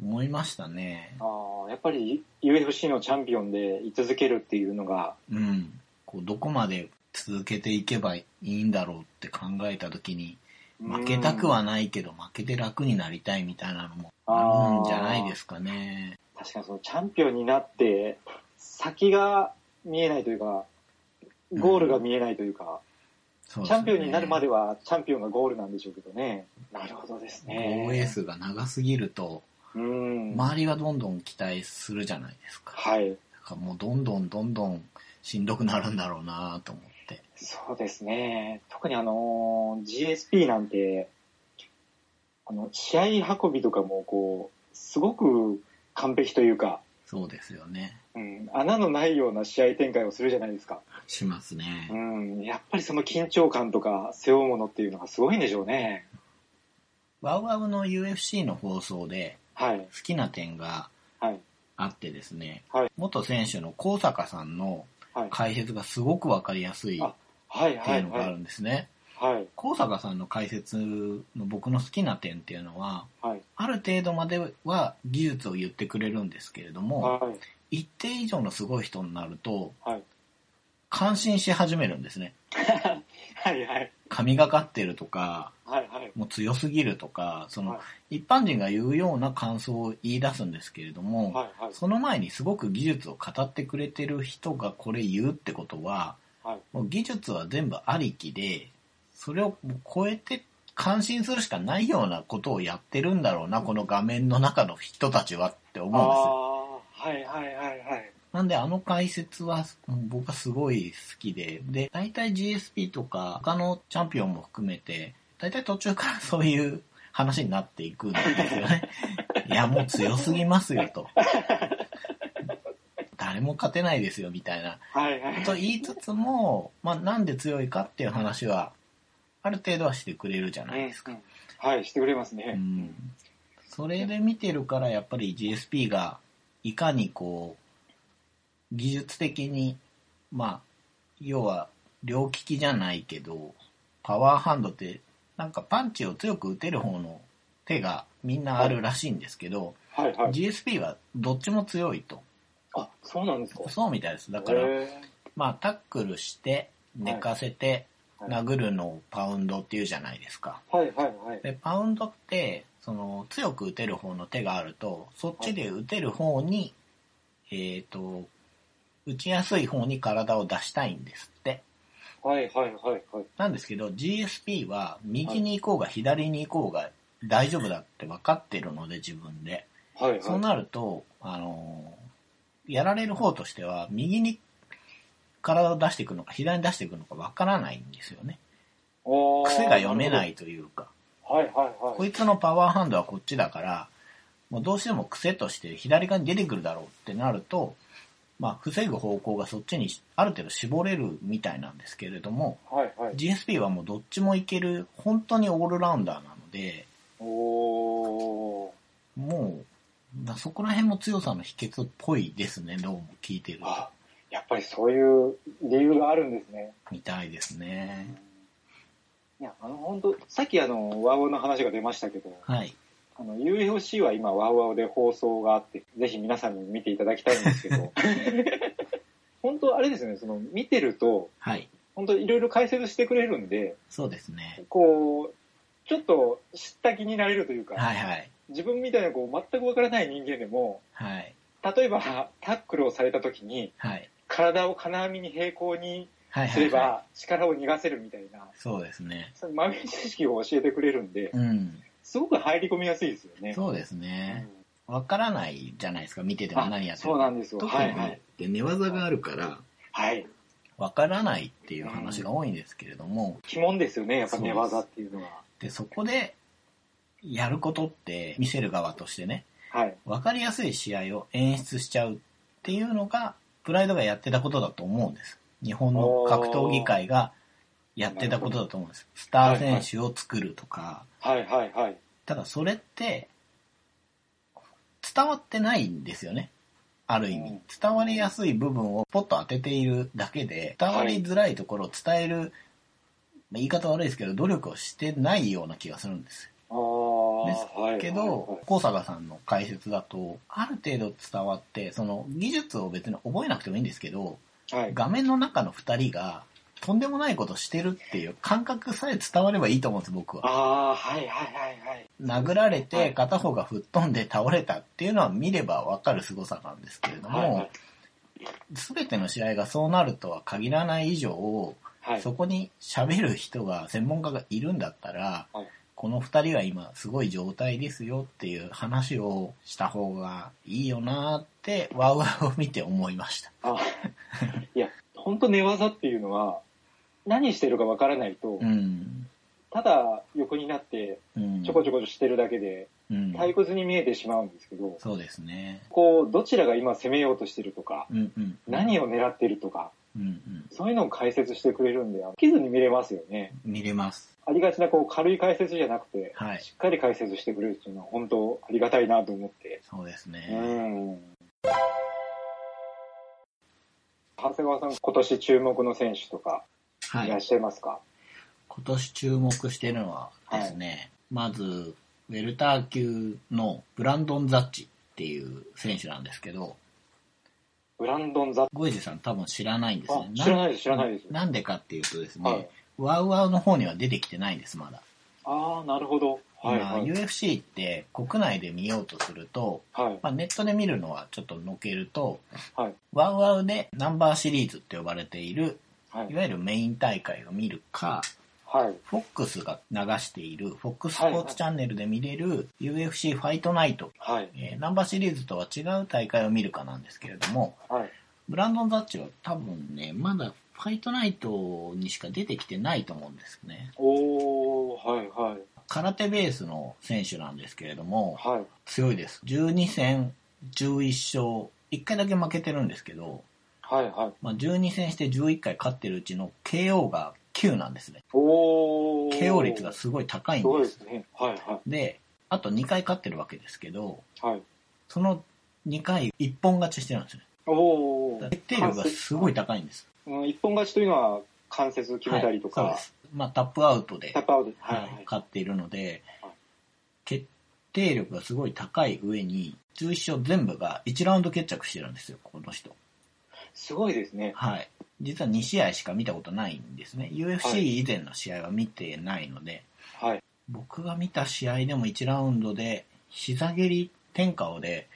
Speaker 3: 思いましたね。
Speaker 1: ああ、やっぱり UFC のチャンピオンで居続けるっていうのが、
Speaker 3: うん。こう、どこまで続けていけばいいんだろうって考えた時に、負けたくはないけど、負けて楽になりたいみたいなのもあるんじゃないですすかね。
Speaker 1: か。確かにそのチャンピオンになって、先が見えないというか、ゴールが見えないというか、
Speaker 3: そうで
Speaker 1: チ
Speaker 3: す
Speaker 1: ャ
Speaker 3: ね
Speaker 1: ンピオンになるまではチャンピオンがゴールなんでしょうけどね。なるほどですね。
Speaker 3: 防衛数が長すぎると、
Speaker 1: うん。
Speaker 3: 周りはどんどん期待するじゃないですか。
Speaker 1: はい。
Speaker 3: だからもうどんどんどんどんしんどくなるんだろうなと思って。
Speaker 1: そうですね。特にあのー、GSP なんて、あの、試合運びとかもこう、すごく完璧というか、
Speaker 3: そうですよね。
Speaker 1: うん、穴のないような試合展開をするじゃないですか。
Speaker 3: しますね
Speaker 1: う。ん、やっぱりその緊張感とか背負うものっていうのがすごいんでしょうね。
Speaker 3: ワウワウの UFC の放送で
Speaker 1: はい、
Speaker 3: 好きな点が
Speaker 1: はい、
Speaker 3: あってですね、
Speaker 1: はい
Speaker 3: 元選手の高坂さんの
Speaker 1: はい、
Speaker 3: 解説がすごくわかりやすいっ
Speaker 1: あはい、
Speaker 3: て
Speaker 1: はいい、
Speaker 3: うのがあ
Speaker 1: は
Speaker 3: る
Speaker 1: い、
Speaker 3: んですね。
Speaker 1: はい、
Speaker 3: 高坂さんの解説の僕の好きな点っていうのは、
Speaker 1: はい、
Speaker 3: ある程度までは技術を言ってくれるんですけれども、
Speaker 1: はい、
Speaker 3: 一定以上のすごい人になると、
Speaker 1: はい、
Speaker 3: 感心し始めるんですね。
Speaker 1: はい、はい、
Speaker 3: 神がかってるとか、
Speaker 1: はい、はい、
Speaker 3: もう強すぎるとか、その
Speaker 1: は、
Speaker 3: 一般人が言うような感想を言い出すんですけれども、
Speaker 1: はい、はい、
Speaker 3: その前にすごく技術を語ってくれてる人がこれ言うってことは、
Speaker 1: はい
Speaker 3: もう技術は全部ありきで、それをもう超えて感心するしかないようなことをやってるんだろうな、この画面の中の人たちはって思
Speaker 1: あ
Speaker 3: うんですよ。
Speaker 1: あー、はい、はい、はい、はい、
Speaker 3: なんであの解説はうん僕はすごい好きで、で、大体 GSP とか他のチャンピオンも含めて、大体途中からそういう話になっていくんですよね。いや、もう強すぎますよと。誰も勝てないですよみたいな
Speaker 1: はいはい。
Speaker 3: と言いつつも、まあ、なんで強いかっていう話はある程度はしてくれるじゃないですか。
Speaker 1: うんはい、してくれます
Speaker 3: う
Speaker 1: ね。
Speaker 3: ん、それで見てるからやっぱり GSP がいかにこう技術的にまあ要は両利きじゃないけどパワーハンドってなんかパンチを強く打てる方の手がみんなあるらしいんですけど、
Speaker 1: はいはい。
Speaker 3: GSP はどっちも強いと
Speaker 1: あ、そうなんですか。
Speaker 3: そうみたいですだから
Speaker 1: へー
Speaker 3: まあタックルして寝かせて
Speaker 1: はい
Speaker 3: 殴るのをパウンドっていうじゃないですか。
Speaker 1: はいはいはい。
Speaker 3: でパウンドってその強く打てる方の手があるとそっちで打てる方に、えっ、と打ちやすい方に体を出したいんですって
Speaker 1: はいはいはいはい。
Speaker 3: なんですけど GSP は右に行こうが左に行こうが大丈夫だって分かってるので自分で
Speaker 1: はいはい。
Speaker 3: そうなるとあのーやられる方としては右に体を出していくのか左に出していくのか分からないんですよね
Speaker 1: おー
Speaker 3: 癖が読めな。いというか
Speaker 1: はいはい
Speaker 3: こ
Speaker 1: はい。
Speaker 3: いつのパワーハンドはこっちだから、もうどうしても癖として左側に出てくるだろうってなると、まあ、防ぐ方向がそっちにある程度絞れるみたいなんですけれども、
Speaker 1: はいはい。
Speaker 3: GSP はもうどっちもいける、本当にオールラウンダーなので、
Speaker 1: おー。
Speaker 3: もう、だそこら辺も強さの秘訣っぽいですね、どうも聞いてる
Speaker 1: あ、やっぱりそういう理由があるんですね。
Speaker 3: みたいですね。
Speaker 1: いや、あの、本当さっきあの、ワウワウの話が出ましたけど、
Speaker 3: はい。
Speaker 1: あの、UFC は今、ワウワウで放送があって、ぜひ皆さんに見ていただきたいんですけ ど、本当あれですね、その、見てると、
Speaker 3: はい。
Speaker 1: 本当いろいろ解説してくれるんで、
Speaker 3: そうですね。
Speaker 1: こう、ちょっと知った気になれるというか、
Speaker 3: はいはい。
Speaker 1: 自分みたいなこう全くわからない人間でも、
Speaker 3: はい。
Speaker 1: 例えばタックルをされた時に
Speaker 3: はい。
Speaker 1: 体を金網に平行に
Speaker 3: はいはい、はい。
Speaker 1: すれば力を逃がせるみたいな、
Speaker 3: そうですね。
Speaker 1: その豆知識を教えてくれるんで、
Speaker 3: うん。
Speaker 1: すごく入り込みやすいですよね。
Speaker 3: そうです
Speaker 1: う
Speaker 3: ね。
Speaker 1: ん
Speaker 3: わからないじゃないですか見てても
Speaker 1: あ
Speaker 3: 何やってる
Speaker 1: そう
Speaker 3: か
Speaker 1: なんですよ。
Speaker 3: 特
Speaker 1: は
Speaker 3: に
Speaker 1: いはい。
Speaker 3: で寝技があるから
Speaker 1: はい。
Speaker 3: わからないっていう話が多いんですけれども
Speaker 1: 鬼門ですよね、やっぱ寝技っていうのは。
Speaker 3: でそこでやることって見せる側としてね
Speaker 1: はい。
Speaker 3: わかりやすい試合を演出しちゃうっていうのがプライドがやってたことだと思うんです日本の格闘技界がやってたことだと思うんですスター選手を作るとか、
Speaker 1: はいはいはい。
Speaker 3: ただそれって伝わってないんですよねある意
Speaker 1: う
Speaker 3: 味
Speaker 1: ん
Speaker 3: 伝わりやすい部分をポッと当てているだけで伝わりづらいところを伝える、まあ言い方悪いですけど努力をしてないような気がするんです
Speaker 1: ああ。
Speaker 3: で
Speaker 1: はいはい
Speaker 3: け
Speaker 1: は
Speaker 3: ど高坂さんの解説だとある程度伝わってその技術を別に覚えなくてもいいんですけど
Speaker 1: いはい。
Speaker 3: 画面の中の2人がとんでもないことしてるっていう感覚さえ伝わればいいと思うんです僕は
Speaker 1: ああ、はいはいはいはい。
Speaker 3: 殴られ
Speaker 1: は
Speaker 3: て
Speaker 1: い
Speaker 3: 片方が吹っ飛んで倒れたっていうのは見ればわかる凄さなんですけれど
Speaker 1: はいは
Speaker 3: も
Speaker 1: い、
Speaker 3: 全ての試合がそうなるとは限らない以上、
Speaker 1: はい。
Speaker 3: そこに喋る人が、専門家がいるんだったら
Speaker 1: はい、
Speaker 3: この二人は今すごい状態ですよっていう話をした方がいいよなーって、ワウワウを見て思いました。
Speaker 1: あ いや、本当寝技っていうのは、何してるかわからないと、
Speaker 3: うん。
Speaker 1: ただ横になって
Speaker 3: うん
Speaker 1: ちょこちょこしてるだけで、
Speaker 3: うん。
Speaker 1: 退屈に見えてしまうんですけど、
Speaker 3: そうですね。
Speaker 1: こう、どちらが今攻めようとしてるとか、
Speaker 3: うんうん。
Speaker 1: 何を狙ってるとか、
Speaker 3: うんうん。
Speaker 1: そういうのを解説してくれるんで、飽きずに見れますよね。
Speaker 3: 見れます。
Speaker 1: ありがちなこう軽い解説じゃなくて、
Speaker 3: はい。
Speaker 1: しっかり解説してくれるっていうのは本当ありがたいなと思って。
Speaker 3: そうですね。
Speaker 1: うん。長谷川さん、今年注目の選手とか
Speaker 3: はいい
Speaker 1: らっ。しゃいますか、
Speaker 3: 今年注目してるのはですね、まず、ウェルター級のブランドン・ザッチっていう選手なんですけど、
Speaker 1: ブランドン・ザッ
Speaker 3: ゴイジさん多分知らないんです
Speaker 1: あ
Speaker 3: ね。、
Speaker 1: 知らないです、知らないです。
Speaker 3: なんでかっていうとですね、
Speaker 1: はい。
Speaker 3: ワウワウの方には出てきてないんです、まだ。
Speaker 1: ああ、なるほど。はい、
Speaker 3: ま
Speaker 1: は
Speaker 3: あ
Speaker 1: い。
Speaker 3: UFC って国内で見ようとすると、
Speaker 1: はい。
Speaker 3: まあ、ネットで見るのはちょっとのけると、
Speaker 1: はい。
Speaker 3: ワウワウでナンバーシリーズって呼ばれている、
Speaker 1: はいい。
Speaker 3: わゆるメイン大会を見るか、
Speaker 1: はい。
Speaker 3: FOX が流している FOX スポーツチャンネルで見れる UFC ファイトナイト、
Speaker 1: はい。
Speaker 3: えーナンバーシリーズとは違う大会を見るかなんですけれども
Speaker 1: はい。
Speaker 3: ブランドン・ザッチは多分ねまだファイトナイトにしか出てきてないと思うんですね
Speaker 1: おー、はい、はい。
Speaker 3: 空手ベースの選手なんですけれども
Speaker 1: はい。
Speaker 3: 強いです12戦11勝1回だけ負けてるんですけど、
Speaker 1: はいはい。
Speaker 3: まあ、12戦して11回勝ってるうちの KO が9なんですね。
Speaker 1: おー。
Speaker 3: KO 率がすごい高い
Speaker 1: すご
Speaker 3: ん
Speaker 1: い
Speaker 3: で。
Speaker 1: ですすね。はいは
Speaker 3: で、あと2回勝ってるわけですけど、
Speaker 1: い。はい。
Speaker 3: その2回一本勝ちしてるんですね。
Speaker 1: おー。
Speaker 3: 決定力がすごい高いんです。
Speaker 1: うん一本勝ちというのは関節決めたりとか、
Speaker 3: はいそうです。まあ、タップアウトで、
Speaker 1: タップアウトで、
Speaker 3: は
Speaker 1: はいい、
Speaker 3: 勝っているので
Speaker 1: はい、
Speaker 3: 決定力がすごい高い上に、11勝全部が1ラウンド決着してるんですよ、この人。
Speaker 1: すごいですね。
Speaker 3: はい。実は2試合しか見たことないんですね。
Speaker 1: は
Speaker 3: UFC
Speaker 1: い
Speaker 3: 以前の試合は見てないので、
Speaker 1: はい。
Speaker 3: 僕が見た試合でも1ラウンドで、膝蹴り、天下をで、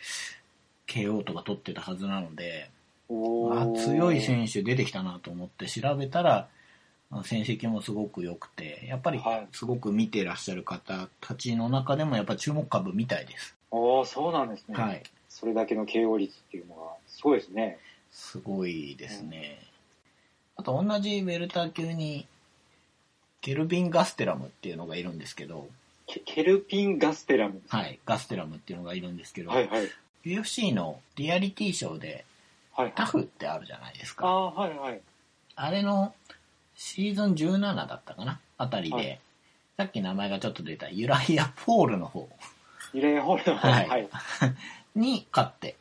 Speaker 3: KO とか取ってたはずなので、
Speaker 1: お
Speaker 3: あ
Speaker 1: ー
Speaker 3: 強い選手出てきたなと思って調べたら、あの戦績もすごく良くて、やっぱり
Speaker 1: はい
Speaker 3: すごく見てらっしゃる方たちの中でもやっぱ注目株みたいです。
Speaker 1: おーそうなんですね。
Speaker 3: はい。
Speaker 1: それだけの KO 率っていうのが、すごいですね。
Speaker 3: すごいですね。あと同じウェルター級に、ケルビン・ガステラムっていうのがいるんですけど、
Speaker 1: ケケルピン・ガステラム。
Speaker 3: はい、ガステラムっていうのがいるんですけど、
Speaker 1: はいはい。
Speaker 3: UFC のリアリティショーで
Speaker 1: はい。
Speaker 3: タフってあるじゃないです
Speaker 1: あ
Speaker 3: か。
Speaker 1: あ、はいはい。
Speaker 3: あれのシーズン17だったかなあたりで、
Speaker 1: はい
Speaker 3: さっき名前がちょっと出たユライア・ポールの方
Speaker 1: リレーホールの、
Speaker 3: はい
Speaker 1: はい。
Speaker 3: に勝って、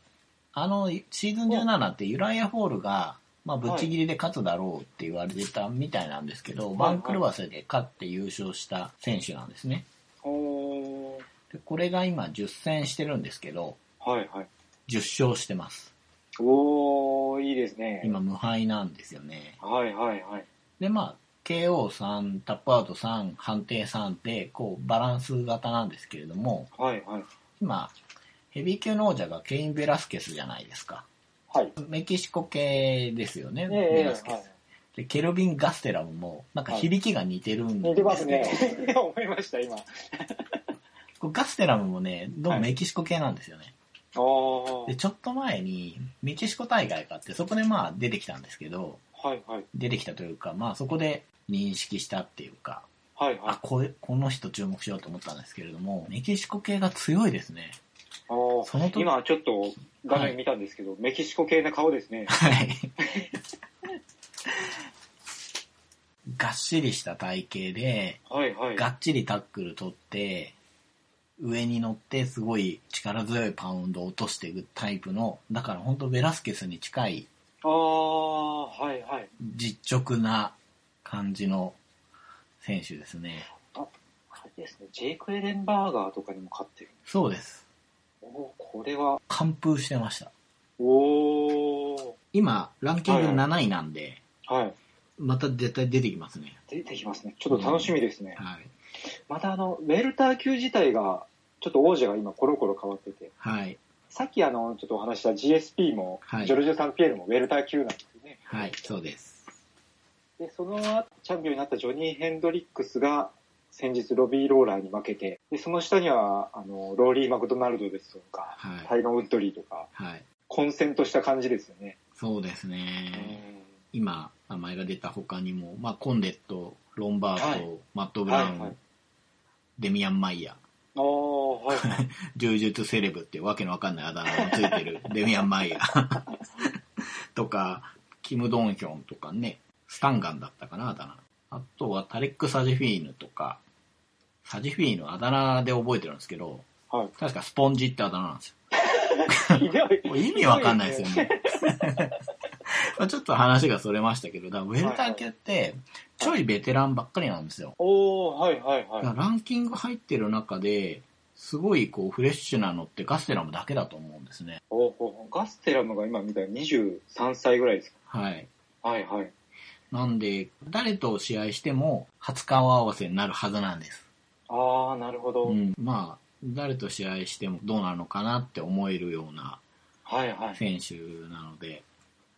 Speaker 3: あのシーズン17ってユライア・ポールが、まあ、ぶっちぎりで勝つだろうって言われてたみたいなんですけど、
Speaker 1: い
Speaker 3: 番狂わせで勝って優勝した選手なんですね。
Speaker 1: おー
Speaker 3: でこれが今10戦してるんですけど、
Speaker 1: はいはい。
Speaker 3: 10勝してます。
Speaker 1: おーいいですね。
Speaker 3: 今無敗なんですよね。
Speaker 1: はいはいはい。
Speaker 3: で、まあ、KO3、タップアウト3、判定3で、こう、バランス型なんですけれども、
Speaker 1: はいはい。
Speaker 3: 今、ヘビー級の王者がケイン・ベラスケスじゃないですか。
Speaker 1: はい。
Speaker 3: メキシコ系ですよね、
Speaker 1: ええ
Speaker 3: ベ
Speaker 1: ええ
Speaker 3: ラスケス。
Speaker 1: はい。
Speaker 3: で、ケルビン・ガステラムも、なんか響きが似てるんですけど、
Speaker 1: 似てますね。思いました、今。
Speaker 3: こうガステラムもね、どう
Speaker 1: は
Speaker 3: も
Speaker 1: い
Speaker 3: メキシコ系なんですよね。
Speaker 1: お
Speaker 3: で、
Speaker 1: ー
Speaker 3: ちょっと前に、メキシコ大会があって、そこでまあ出てきたんですけど、
Speaker 1: はいはい。
Speaker 3: 出てきたというか、まあそこで認識したっていうか、
Speaker 1: はいはい
Speaker 3: あ。これこの人注目しようと思ったんですけれどもメキシコ系が強いですね
Speaker 1: あー
Speaker 3: その時
Speaker 1: 今ちょっと画面見たんですけど、メキシコ系な顔ですね。
Speaker 3: はいがっしりした体型で
Speaker 1: はいはい。
Speaker 3: がっちりタックル取って上に乗ってすごい力強いパウンドを落としていくタイプのだから本当ベラスケスに近い
Speaker 1: ああ、はいはい。
Speaker 3: 実直な感じの選手ですね
Speaker 1: あれですね、ジェイク・エレンバーガーとかにも勝ってる。
Speaker 3: そうです
Speaker 1: おおこれは、
Speaker 3: 完封してました
Speaker 1: おお
Speaker 3: 今ランキング7位なんで、
Speaker 1: はい。
Speaker 3: また絶対出てきますね
Speaker 1: 出てきますね。ちょっと楽しみですね。
Speaker 3: はい
Speaker 1: またあの、ウェルター級自体が、ちょっと王者が今コロコロ変わってて、
Speaker 3: はい
Speaker 1: さっきあの、ちょっとお話しした GSP も、
Speaker 3: はい
Speaker 1: ジョルジョ・サンピエールもウェルター級なんですよね。
Speaker 3: はい、そうです。
Speaker 1: で、その後チャンピオンになったジョニー・ヘンドリックスが、先日ロビー・ローラーに負けて、で、その下には、あの、ローリー・マクドナルドですとか、
Speaker 3: はい
Speaker 1: タイロン・ウッドリーとか、
Speaker 3: はい。
Speaker 1: 混戦とした感じですよね。
Speaker 3: そうです
Speaker 1: う
Speaker 3: ね。
Speaker 1: ん
Speaker 3: 今、名前が出た他にも、まあ、コンデット、ロンバート、
Speaker 1: は
Speaker 3: マット・ブラウン、
Speaker 1: はいはい
Speaker 3: デミアン・マイヤ
Speaker 1: ああ、 はいはい。
Speaker 3: ー、柔術セレブっていうわけのわかんないあだ名がつい てるデミアン・マイヤー とか、キム・ドンヒョンとかね、スタンガンだったかな、あだ名。あとはタレック・サジフィーヌとか、サジフィーヌあだ名で覚えてるんですけど、
Speaker 1: はい
Speaker 3: 確かスポンジってあだ名なんですよ。
Speaker 1: ひどい
Speaker 3: これ意味わかんないですよ。ね。 まあちょっと話がそれましたけど、だからウェルター級って、ちょいベテランばっかりなんですよ。
Speaker 1: おー、はいはい
Speaker 3: だ
Speaker 1: はい。
Speaker 3: か
Speaker 1: あ
Speaker 3: らランキング入ってる中で、すごいこうフレッシュなのってガステラムだけだと思うんですね。
Speaker 1: おーおーガステラムが今見たら23歳ぐらいです
Speaker 3: はい。
Speaker 1: か。はいはい。
Speaker 3: なんで、誰と試合しても初顔合わせになるはずなんです。
Speaker 1: ああ、なるほど。
Speaker 3: うん。まあ、誰と試合してもどうなのかなって思えるような
Speaker 1: はいはい。
Speaker 3: 選手なので、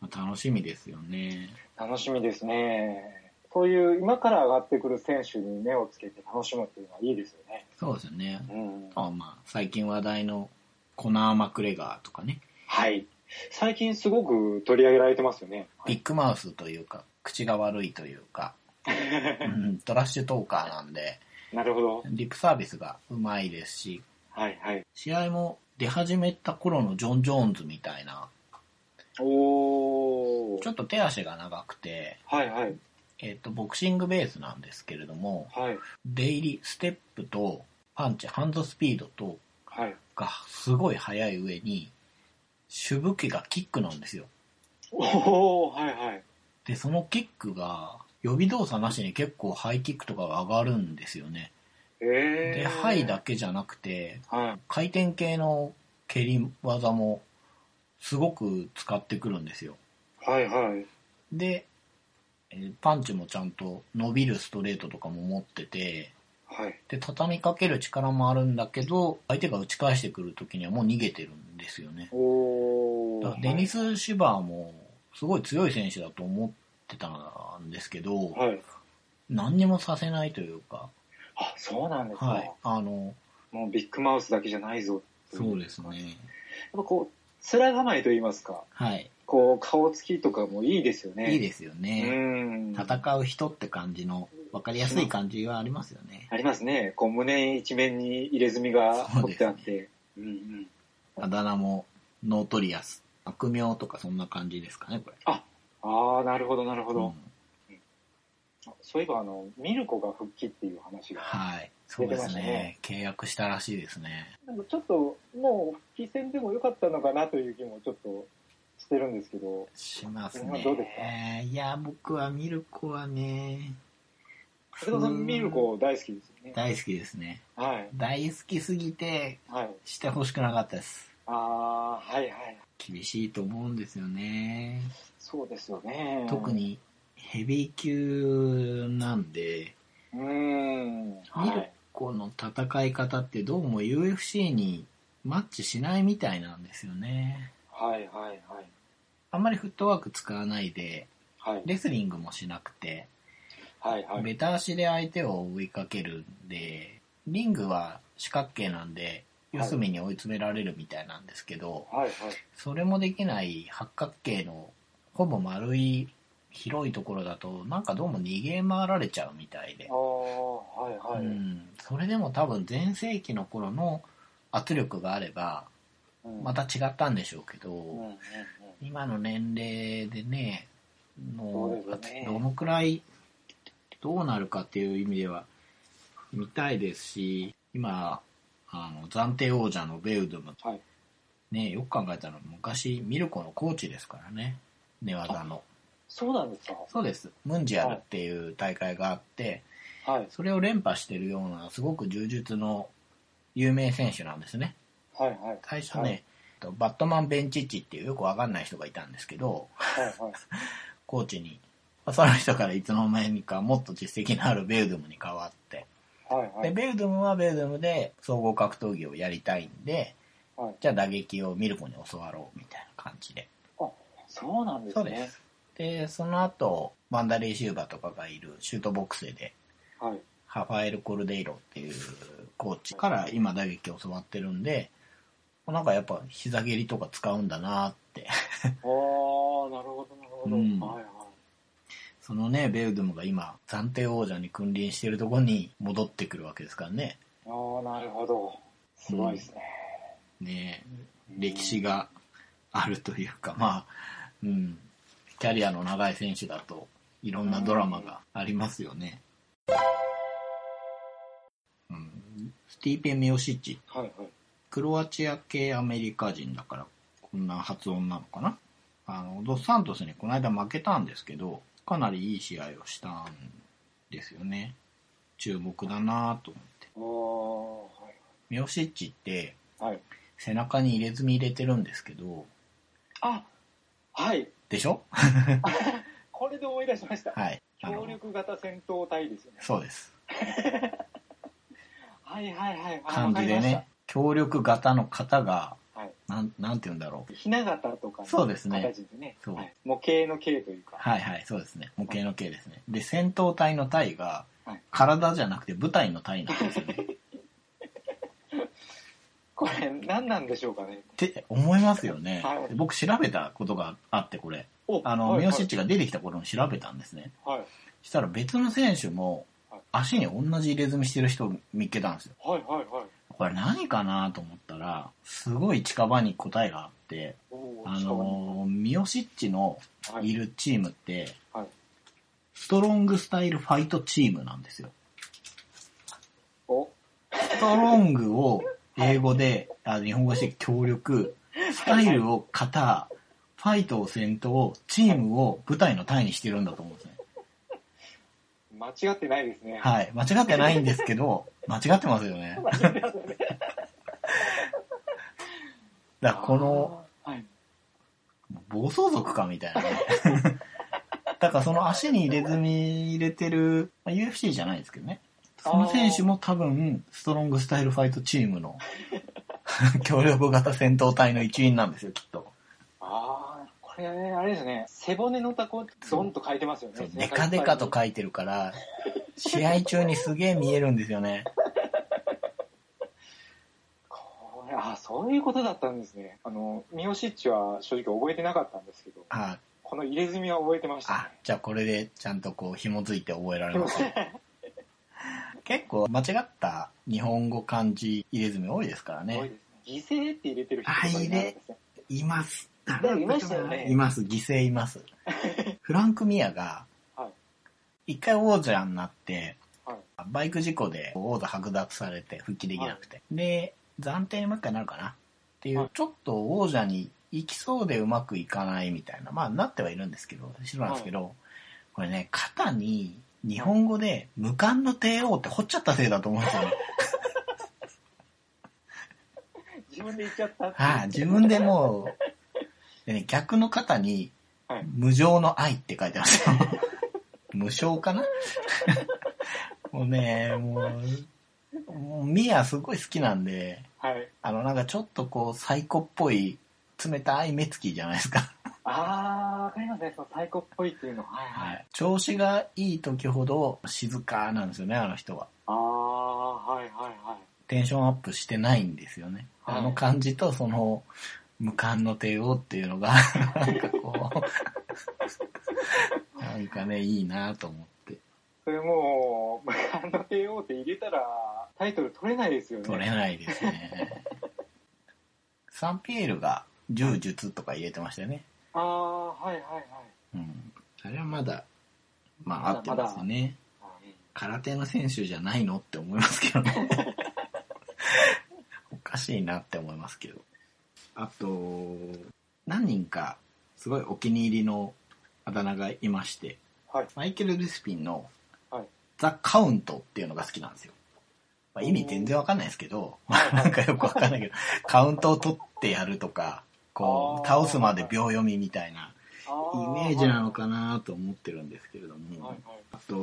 Speaker 3: まあ楽しみですよね。
Speaker 1: 楽しみですね。そういう今から上がってくる選手に目をつけて楽しむっていうのはいいですよね。
Speaker 3: そうですよね。
Speaker 1: うん
Speaker 3: あと。はまあ、最近話題のコナー・マクレガーとかね、
Speaker 1: はい。最近すごく取り上げられてますよね。
Speaker 3: ビッグマウスというか、口が悪いというか、うんトラッシュトーカーなんで、
Speaker 1: なるほど。
Speaker 3: リップサービスがうまいですし、
Speaker 1: はいはい。
Speaker 3: 試合も出始めた頃のジョン・ジョーンズみたいな
Speaker 1: お
Speaker 3: ちょ
Speaker 1: ー。
Speaker 3: っと手足が長くて、
Speaker 1: はいはい。
Speaker 3: えっ、と、ボクシングベースなんですけれども、
Speaker 1: はい。
Speaker 3: 出入り、ステップと、パンチ、ハンドスピードと、
Speaker 1: はい。
Speaker 3: がすごい速い上に、主武器がキックなんですよ。
Speaker 1: おー、はいはい。
Speaker 3: で、そのキックが、予備動作なしに結構ハイキックとかが上がるんですよね。
Speaker 1: えー。
Speaker 3: で、ハイだ。けじゃなくて、
Speaker 1: はい。
Speaker 3: 回転系の蹴り技もすごく使ってくるんですよ。
Speaker 1: はいはい。
Speaker 3: で、えーパンチもちゃんと伸びるストレートとかも持ってて、
Speaker 1: はい。
Speaker 3: で、畳みかける力もあるんだけど、相手が打ち返してくる時にはもう逃げてるんですよね。
Speaker 1: お
Speaker 3: だから
Speaker 1: ー。
Speaker 3: デニス・シバーもすごい強い選手だと思ってたんですけど、
Speaker 1: はい。
Speaker 3: 何にもさせないというか、
Speaker 1: あ、そうなんですか。
Speaker 3: はい、あの、
Speaker 1: もうビッグマウスだけじゃないぞってい
Speaker 3: そうですね。
Speaker 1: やっぱこう、面構えと言いますか、
Speaker 3: はい、
Speaker 1: こう、顔つきとかもいいですよね。
Speaker 3: いいですよね。
Speaker 1: うん。
Speaker 3: 戦う人って感じの分かりやすい感じはありますよね。
Speaker 1: ありますね。こう、胸一面に入れ墨が彫ってあって。うんうん。
Speaker 3: あだ名もノートリアス。悪名とかそんな感じですかね、これ。
Speaker 1: ああ、なるほど、なるほ
Speaker 3: うん
Speaker 1: ど、そういえば、あの、ミルコが復帰っていう話が。
Speaker 3: はい。そうですね
Speaker 1: ね
Speaker 3: 契約したらしいですね。
Speaker 1: なんかちょっと、もう、復帰戦でも良かったのかなという気もちょっとしてるんですけど。
Speaker 3: します
Speaker 1: これ
Speaker 3: ね。
Speaker 1: はどうです
Speaker 3: いや、僕はミルコはね、
Speaker 1: 武田さん、ミルコ大好きですよね。
Speaker 3: 大好きですね。
Speaker 1: はい。
Speaker 3: 大好きすぎて、
Speaker 1: はい。
Speaker 3: してほしくなかったです。
Speaker 1: ああー、はいはい。
Speaker 3: 厳しいと思うんですよね。
Speaker 1: そうですよね。
Speaker 3: 特。にヘビー級なんで、
Speaker 1: うーん。
Speaker 3: ミ
Speaker 1: は
Speaker 3: ル
Speaker 1: い。
Speaker 3: コの戦い方ってどうも UFC にマッチしないみたいなんですよね。
Speaker 1: はいはいはい。
Speaker 3: あんまりフットワーク使わないで、
Speaker 1: はい。
Speaker 3: レスリングもしなくて、
Speaker 1: はいはい。
Speaker 3: ベタ足で相手を追いかけるんで、リングは四角形なんで、
Speaker 1: はい
Speaker 3: 四隅に追い詰められるみたいなんですけど、
Speaker 1: はいはい。
Speaker 3: それもできない八角形のほぼ丸い広いところだと、なんかどうも逃げ回られちゃうみたいで
Speaker 1: あ。あ、はいは
Speaker 3: う
Speaker 1: い。
Speaker 3: ん、それでも多分前世紀の頃の圧力があれば
Speaker 1: うん
Speaker 3: また違ったんでしょうけど、
Speaker 1: うんうんうん
Speaker 3: 今の年齢でねの
Speaker 1: そうですね
Speaker 3: どのくらいどうなるかっていう意味では見たいですし今あの暫定王者のベウドも
Speaker 1: はい。
Speaker 3: ねよく考えたら昔ミルコのコーチですからね寝技の
Speaker 1: そうなんです
Speaker 3: そうですムンジアルっていう大会があって、
Speaker 1: かはい。
Speaker 3: それを連覇してるような、すごく柔術の有名選手なんですね。
Speaker 1: はいはい。
Speaker 3: 最初ね、
Speaker 1: はい
Speaker 3: えっとバットマン・ベンチッチっていうよくわかんない人がいたんですけど、
Speaker 1: はいはい。
Speaker 3: コーチに、まあその人からいつの間にかもっと実績のあるベウドゥムに変わって、
Speaker 1: はいは
Speaker 3: で、
Speaker 1: い。
Speaker 3: ベウドゥムはベウドゥムで総合格闘技をやりたいんで、
Speaker 1: はい
Speaker 3: じゃあ打撃をミルコに教わろうみたいな感じで。
Speaker 1: そうなんです
Speaker 3: そうで
Speaker 1: ね。
Speaker 3: す。で、その後、マンダレーシューバーとかがいるシュートボックスで
Speaker 1: はい。
Speaker 3: ハファエル・コルデイロっていうコーチから今打撃を教わってるんで、なんかやっぱ膝蹴りとか使うんだなって。
Speaker 1: ああ、なるほどなるほど。
Speaker 3: うん
Speaker 1: はいはい。
Speaker 3: そのね、ベウドゥムが今暫定王者に君臨してるとこに戻ってくるわけですからね。
Speaker 1: ああ、なるほど。すごいですね。
Speaker 3: ね歴史があるというか、まあ、うん、キャリアの長い選手だといろんなドラマがありますよね。うん、スティーペ・ミオシッチ
Speaker 1: はいはい。
Speaker 3: クロアチア系アメリカ人だから、こんな発音なのかな。あの、ドスサントスにこの間負けたんですけど、かなりいい試合をしたんですよね。注目だなぁと思って。
Speaker 1: ああ、
Speaker 3: ミオシッチって
Speaker 1: はい。はい。
Speaker 3: 背中に入れ墨入れてるんですけど、
Speaker 1: あ、はい。
Speaker 3: でしょ
Speaker 1: これで思い出しました。
Speaker 3: はい。あ
Speaker 1: 協
Speaker 3: の、
Speaker 1: 力型戦闘隊ですよね。
Speaker 3: そうです。
Speaker 1: はいはいはい。あ
Speaker 3: 漢字で
Speaker 1: わかりま
Speaker 3: ね、協力型の型が、
Speaker 1: はい
Speaker 3: なん、なんて言うんだろう。
Speaker 1: した。ひな形とかの
Speaker 3: そうですね
Speaker 1: 形でね。
Speaker 3: そう
Speaker 1: はい模型の形というか。
Speaker 3: はいはい、そうですね。模型の形ですね。で、戦闘隊の隊が
Speaker 1: はい、
Speaker 3: 体じゃなくて舞台の隊なんですよ ね。
Speaker 1: これ何なんでしょうかね。
Speaker 3: って思いますよね。
Speaker 1: はい
Speaker 3: で僕調べたことがあって、これ。
Speaker 1: お
Speaker 3: あの、
Speaker 1: はい
Speaker 3: ミオシッチが出てきた頃に調べたんですね。
Speaker 1: はい。
Speaker 3: したら別の選手も
Speaker 1: はい、
Speaker 3: 足に同じ入れ墨してる人を見っけたんですよ。
Speaker 1: はいはいはい。
Speaker 3: これ何かなと思ったら、すごい近場に答えがあって、
Speaker 1: おー
Speaker 3: あのー、ミオシッチの
Speaker 1: はい
Speaker 3: いるチームって、
Speaker 1: はい
Speaker 3: ストロングスタイルファイトチームな んですよ。
Speaker 1: お
Speaker 3: ストロングを英語で、あ日本語にして協力、スタイルを型、ファイトを戦闘、チームを舞台の単位にしてるんだと思うんですね。
Speaker 1: 間違ってないですね。
Speaker 3: はい。間違ってないんですけど、間違ってますよね。だからこの、
Speaker 1: あー、はい、
Speaker 3: 暴走族かみたいなね。 だからその足に入れ墨入れてる、まあ UFC じゃないですけどね。その選手も多分、ストロングスタイルファイトチーム の協力型戦闘隊の一員なんですよ、きっと。
Speaker 1: あーこれ、あれですね、背骨のタコ、ドンと書いてますよ
Speaker 3: そう
Speaker 1: ね。
Speaker 3: デカデカと書いてるから、試合中にすげえ見えるんですよね。
Speaker 1: これ、あーそういうことだったんですね。あの、ミオシッチは正直覚えてなかったんですけど、
Speaker 3: あ、
Speaker 1: この入れ墨は覚えてました、
Speaker 3: あ
Speaker 1: ね。、
Speaker 3: じゃあこれでちゃんとこう紐づいて覚えられますね。結構間違った日本語漢字入れ墨多いですから
Speaker 1: すごい
Speaker 3: ね。
Speaker 1: ですね。犠牲って入れてる人とかいないですね。
Speaker 3: います。
Speaker 1: でもいましたよね
Speaker 3: います、犠牲い ます。フランク・ミアが
Speaker 1: は、
Speaker 3: 一回王者になって、
Speaker 1: はい
Speaker 3: バイク事故で王座剥奪されて復帰できなくて。で、暫定にもう一回なるかなっていう、
Speaker 1: はい
Speaker 3: ちょっと王者に行きそうでうまくいかないみたいな、まあなってはいるんですけど、白なんですけど、これね、肩に日本語で無冠の帝王って掘っちゃったせいだと思うんですよね。
Speaker 1: 自分で言っちゃったっていう
Speaker 3: はい、自分でもう、でね、逆の肩に
Speaker 1: はい、
Speaker 3: 無常の愛って書いてましたよ。 無償かな もうね、もう、もうミアすごい好きなんで、
Speaker 1: はい。
Speaker 3: あの、なんかちょっとこう、サイコっぽい、冷たい目つきじゃないですか。
Speaker 1: あーわかりますね。その太鼓っぽいっていうの。はいはい。
Speaker 3: はい。調子がいい時ほど静かなんですよね、あの人は。
Speaker 1: あーはいはいはい。
Speaker 3: テンションアップしてないんですよね。
Speaker 1: はい
Speaker 3: あの感じと、その、無冠の帝王っていうのが、なんかこう、なんかね、いいなと思って。
Speaker 1: それもう、無冠の帝王って入れたら、タイトル取れないですよね。
Speaker 3: 取れないですね。サンピエールが柔術とか入れてましたよね。
Speaker 1: ああ、はいはいはい。
Speaker 3: うん。あれはまだ、まあ
Speaker 1: ま
Speaker 3: 合
Speaker 1: だ
Speaker 3: ってますよね。
Speaker 1: あうん
Speaker 3: 空手の選手じゃないのって思いますけ どね。おかしいなって思いますけど。あと、何人かすごいお気に入りのあだ名がいまして、
Speaker 1: はい。
Speaker 3: マイケル・グリスピンの
Speaker 1: はい
Speaker 3: ザ・カウントっていうのが好きなんですよ。まあ、意味全然わかんないですけど、 なんかよくわかんないけど、カウントを取ってやるとか、こ
Speaker 1: あー
Speaker 3: う、倒すまで秒読みみたいなイメージなの
Speaker 1: か。
Speaker 3: かなと思ってるんですけれども、
Speaker 1: はいはい。
Speaker 3: あと、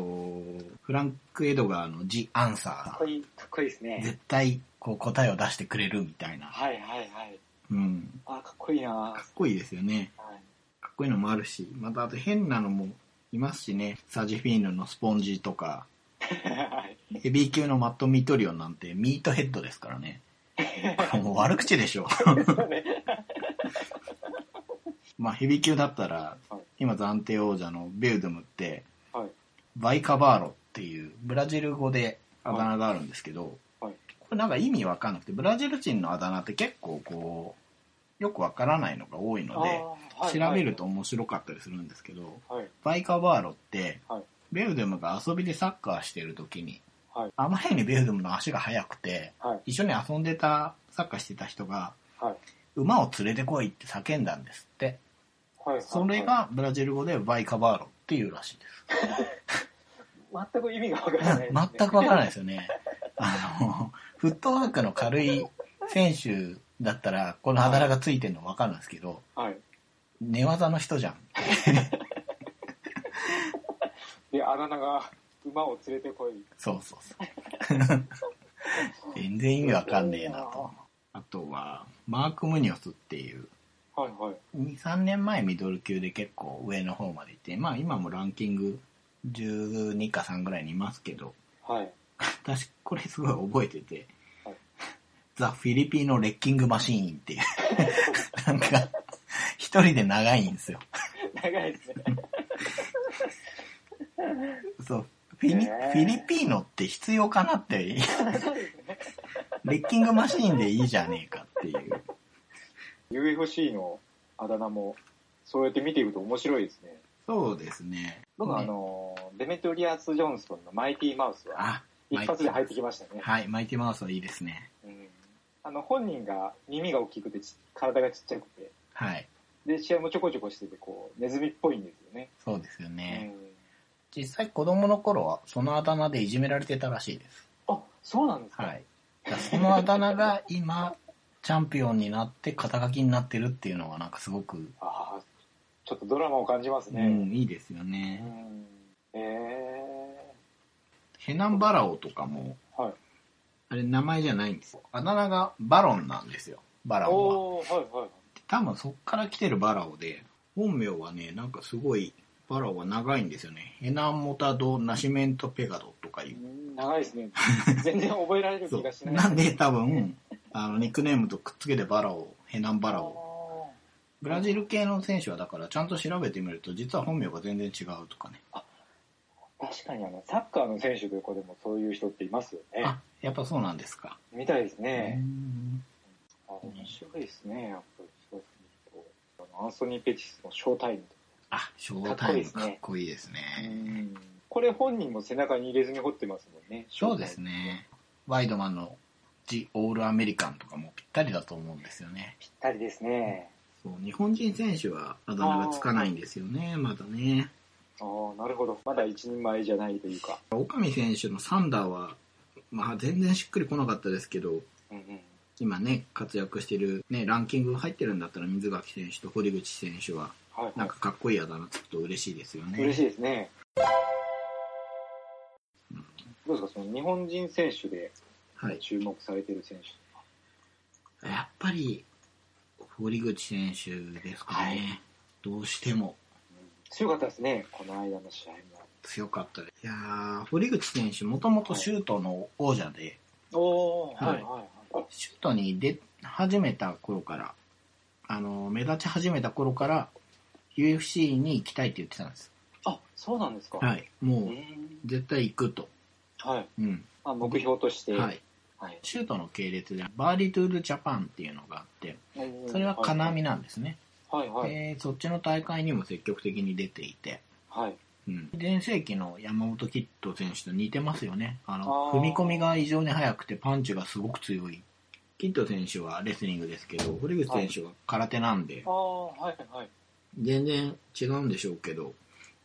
Speaker 3: フランク・エドガーのジ・アン
Speaker 1: かっ
Speaker 3: サ
Speaker 1: こいい、かっこいいです
Speaker 3: ー。
Speaker 1: ね。
Speaker 3: 絶対、こう、答えを出してくれるみたいな。
Speaker 1: はいはいはい。
Speaker 3: うん。
Speaker 1: あーかっこいいな
Speaker 3: かっこいいですよね。
Speaker 1: はい。
Speaker 3: かっこいいのもあるし、またあと変なのもいますしね。サジフィーヌのスポンジとか、
Speaker 1: はい
Speaker 3: ヘビー級のマット・ミートリオンなんてミートヘッドですか らね。これもう悪口でしょ。
Speaker 1: そうね
Speaker 3: まあ、ヘビー級だったら
Speaker 1: はい、
Speaker 3: 今暫定王者のベウドゥムって、
Speaker 1: はい。
Speaker 3: バイカバーロっていうブラジル語であだ名があるんですけど、
Speaker 1: はい
Speaker 3: これなんか意味わかんなくて、ブラジル人のあだ名って結構こう、よくわからないのが多いので、
Speaker 1: あー
Speaker 3: 調べると。面白かったりするんですけど、
Speaker 1: はい
Speaker 3: バイカバーロって、
Speaker 1: はい
Speaker 3: ベウデムが遊びでサッカーしてる時に、
Speaker 1: はい
Speaker 3: あまりにベウデムの足が速くて、
Speaker 1: はい
Speaker 3: 一緒に遊んでた、サッカーしてた人が、
Speaker 1: はい
Speaker 3: 馬を連れてこいって叫んだんですって。
Speaker 1: はい。はい。
Speaker 3: それがブラジル語でバイカバーロっていうらしいです。
Speaker 1: はい。全く意味がわからないですね。
Speaker 3: 全くわからないですよね。あの、フットワークの軽い選手だったら、このあだ名がついてるのわかるんですけど、
Speaker 1: はい。
Speaker 3: 寝技の人じゃん。
Speaker 1: で、あだ名が、馬を連れてこい。
Speaker 3: そうそ うそう。全然意味わかんねえなと。あとは、マーク・ムニョスっていう、
Speaker 1: はいはい。
Speaker 3: 2、3年前ミドル級で結構上の方まで行って、まあ今もランキング12か3ぐらいにいますけど、
Speaker 1: はい。
Speaker 3: 私これすごい覚えてて
Speaker 1: はい、
Speaker 3: ザ・フィリピーのレッキングマシーンっ ていう、なんか、一人で長いんですよ。
Speaker 1: 長いですね。
Speaker 3: そう、フィリ、
Speaker 1: へー
Speaker 3: フィリピーノって必要かなって、 レッキングマシーンでいいじゃねえかっていう。
Speaker 1: UFC のあだ名も、そうやって見ていくと面白いですね。
Speaker 3: そうですね。
Speaker 1: 僕はあ
Speaker 3: ね、
Speaker 1: の、デメトリアス・ジョンソンのマイティーマウスは、
Speaker 3: あ、
Speaker 1: 一発で入ってきましたね。
Speaker 3: はい、マイティマウスはいいですね。
Speaker 1: うんあの、本人が耳が大きくてち、体がちっちゃくて、
Speaker 3: はい、
Speaker 1: で、試合もちょこちょこしてて、こう、ネズミっぽいんですよね。
Speaker 3: そうですよね。
Speaker 1: うん
Speaker 3: 実際子供の頃はそのあだ名でいじめられてたらしいです。
Speaker 1: あ、そうなんですか。
Speaker 3: はい。だからそのあだ名が今、チャンピオンになって肩書きになってるっていうのはなんかすごく、
Speaker 1: ああ、ちょっとドラマを感じます
Speaker 3: う
Speaker 1: ね。
Speaker 3: ん、いいですよ
Speaker 1: う
Speaker 3: ね。
Speaker 1: ん。ええ
Speaker 3: ヘナンバラオとかも、
Speaker 1: ー、はい。
Speaker 3: あれ名前じゃないんですよ。あだ名がバロンなんですよ。バラオは。
Speaker 1: おおーはいはい。
Speaker 3: 多分そっから来てるバラオで、本名はね、なんかすごい、バラオは長いんですよね。ヘナンモタド・ナシメント・ペガドとかいうう。
Speaker 1: ん長いです ね。全然覚えられる
Speaker 3: そ
Speaker 1: 気がしな
Speaker 3: う。
Speaker 1: い。
Speaker 3: なんで多分、あの、ニックネームとくっつけてバラオ、ヘナンバラオ。
Speaker 1: あ
Speaker 3: ブラジル系の選手はだからちゃんと調べてみると、実は本名が全然違うとかね。
Speaker 1: ー確かにあの、サッカーの選手とかでもそういう人っていますよね。
Speaker 3: あ、やっぱそうなんですか。
Speaker 1: みたいですね。
Speaker 3: うん
Speaker 1: あ面白いですね、やっぱり。そうするとあのアンソニー・ペティスのショータイムとか。
Speaker 3: あ、ショータイム
Speaker 1: かっこいいですね
Speaker 3: かっこいいですね。
Speaker 1: これ本人も背中に入れずに掘ってますもんね。
Speaker 3: そうですね。ワイドマンのジ・オール・アメリカンとかもぴったりだと思うんですよね。
Speaker 1: ぴったりですね。
Speaker 3: そう日本人選手はあだ名がつかないんですよね、まだね。
Speaker 1: ああ、なるほど。まだ一人前じゃないというか。
Speaker 3: 岡見選手のサンダーは、まあ全然しっくりこなかったですけど、
Speaker 1: うんうん。
Speaker 3: 今ね、活躍してる、ね、ランキング入ってるんだったら水垣選手と堀口選手は、
Speaker 1: はい、
Speaker 3: なんかかっこいいあだ名つくと嬉しいですよね。
Speaker 1: 嬉しいですね
Speaker 3: うん。
Speaker 1: どうですか、その日本人選手で
Speaker 3: はい。
Speaker 1: 注目されてる選手。
Speaker 3: やっぱり、堀口選手ですかね。
Speaker 1: はい
Speaker 3: どうしても
Speaker 1: うん強かったですね、この間の試合
Speaker 3: 強かったです。いやー堀口選手、もともとシュートの王者で、
Speaker 1: も。お
Speaker 3: ーはい
Speaker 1: はい。
Speaker 3: シュートに出始めた頃から、あの、目立ち始めた頃から、UFC に行きたいって言ってたんです。
Speaker 1: あ、そうなんですか。い。
Speaker 3: はい。もう、絶対行くと。
Speaker 1: はい。
Speaker 3: うん。
Speaker 1: まあ、目標として。。
Speaker 3: はいい。シュートの系列で、バーリトゥールジャパンっていうのがあって、それは金網
Speaker 1: な。
Speaker 3: なんですね。
Speaker 1: はいはい。
Speaker 3: で、そっちの大会にも積極的に出ていて、
Speaker 1: はい。
Speaker 3: うん。前世紀の山本キッド選手と似てますよね。あの、
Speaker 1: あー
Speaker 3: 踏み込みが異常に速くてパンチがすごく強い。キッド選手はレスリングですけど、堀口選手は空手なんで、
Speaker 1: ああ、はいはい。
Speaker 3: 全然違うんでしょうけど、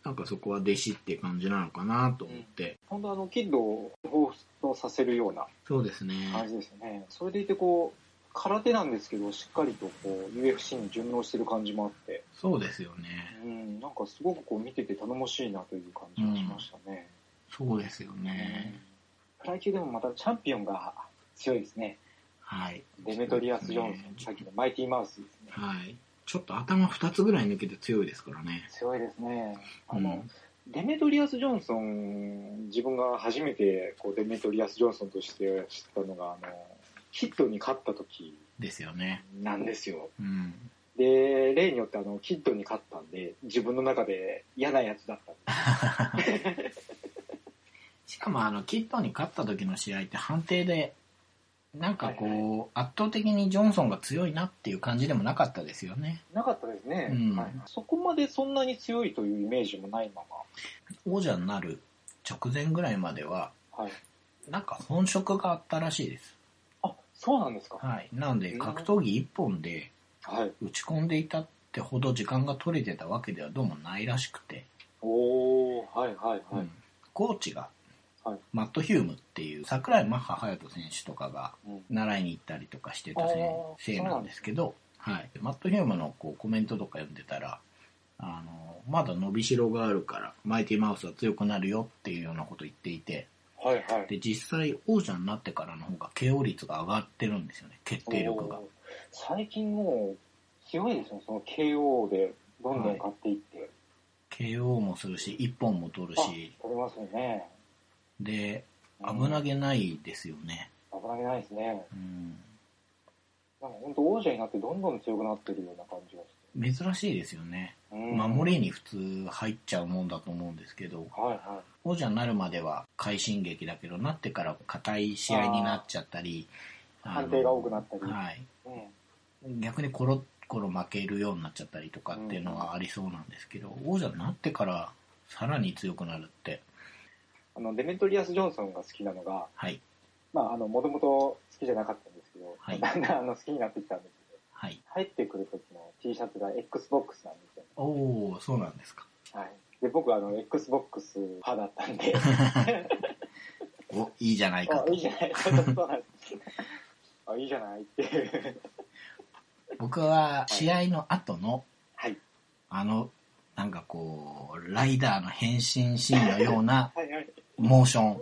Speaker 3: なんかそこは弟子って感じなのかなと思って。
Speaker 1: 本当あの、キッドを彷彿とさせるような
Speaker 3: そうです
Speaker 1: 感
Speaker 3: ね。
Speaker 1: じですよね。それでいてこう、空手なんですけど、しっかりとこう、UFC に順応してる感じもあって。
Speaker 3: そうですよね。
Speaker 1: うん、なんかすごくこう見てて頼もしいなという感じがしましたね。
Speaker 3: そうですよね。
Speaker 1: フライ級でもまたチャンピオンが強いですね。
Speaker 3: はい。
Speaker 1: デメトリアス・ジョンソン、さっきのマイティーマウスですね。
Speaker 3: はい。ちょっと頭2つぐらい抜けて強いですからね。
Speaker 1: 強いですね。あ
Speaker 3: う
Speaker 1: の、
Speaker 3: ん
Speaker 1: デメトリアス・ジョンソン、自分が初めてこうデメトリアス・ジョンソンとして知ったのが、あの、キッドに勝った時
Speaker 3: ですよね。
Speaker 1: なんですよ。
Speaker 3: うん。
Speaker 1: で、例によってあの、キッドに勝ったんで、自分の中で嫌なやつだったんです。
Speaker 3: しかもあの、キッドに勝った時の試合って判定で、なんかこう、
Speaker 1: はい
Speaker 3: 圧倒的にジョンソンが強いなっていう感じでもなかったですよね。
Speaker 1: なかったですね、
Speaker 3: うん
Speaker 1: はい。そこまでそんなに強いというイメージもないま
Speaker 3: 王者になる直前ぐらいまでは、
Speaker 1: ま。はい。
Speaker 3: なんか本職があったらしいです。
Speaker 1: あ、そうなんですか。
Speaker 3: はい。なんで、格闘技一本で
Speaker 1: はい。
Speaker 3: 打ち込んでいたってほど時間が取れてたわけではどうもないらしくて、
Speaker 1: おー、はいはいは
Speaker 3: う
Speaker 1: い
Speaker 3: ん。コーチが
Speaker 1: はい、
Speaker 3: マット・ヒュームっていう桜井マッハ隼人選手とかが
Speaker 1: うん
Speaker 3: 習いに行ったりとかしてた先生なんですけど、はい、マット・ヒュームのこうコメントとか読んでたらあのまだ伸びしろがあるからマイティマウスは強くなるよっていうようなこと言っていて
Speaker 1: はいはい。
Speaker 3: で実際王者になってからの方が KO 率が上がってるんですよね決定力が
Speaker 1: おー。最近もう、強いですね、その KO でどんどん買っていって、
Speaker 3: KO もするし1本も取るし
Speaker 1: 取れますよね。
Speaker 3: で
Speaker 1: うん
Speaker 3: 危なげないですよね、
Speaker 1: 危なげないですね。
Speaker 3: うん、
Speaker 1: なんか本当王者になってどんどん強くなってるような感じがして。
Speaker 3: 珍しいですよね
Speaker 1: うん
Speaker 3: 守りに普通入っちゃうもんだと思うんですけど
Speaker 1: はいは
Speaker 3: 王者になるまでは快進撃だけどなってから硬い試合になっちゃったり
Speaker 1: 判定が多くなったり
Speaker 3: はい、
Speaker 1: い。ね
Speaker 3: 逆に転頃負けるようになっちゃったりとかっていうのはありそうなんですけど、王者になってからさらに強くなるって、
Speaker 1: あの、デメトリアス・ジョンソンが好きなのが、
Speaker 3: はい、
Speaker 1: まあ、あの、もともと好きじゃなかったんですけど、
Speaker 3: はい
Speaker 1: だんだんあの好きになってきたんですけど、
Speaker 3: はい。
Speaker 1: 入ってくる時の T シャツが XBOX なんですよ、
Speaker 3: おー、そうなんですか。
Speaker 1: はい。で、僕はあの、XBOX 派だった んで、
Speaker 3: お、いいじゃないか
Speaker 1: あ、
Speaker 3: と
Speaker 1: いい。じゃない、そうなんです。あ、いいじゃないっていう。
Speaker 3: 僕は試合の後の、
Speaker 1: はい。
Speaker 3: あの、なんかこう、ライダーの変身シーンのような
Speaker 1: はいはい。
Speaker 3: モーション。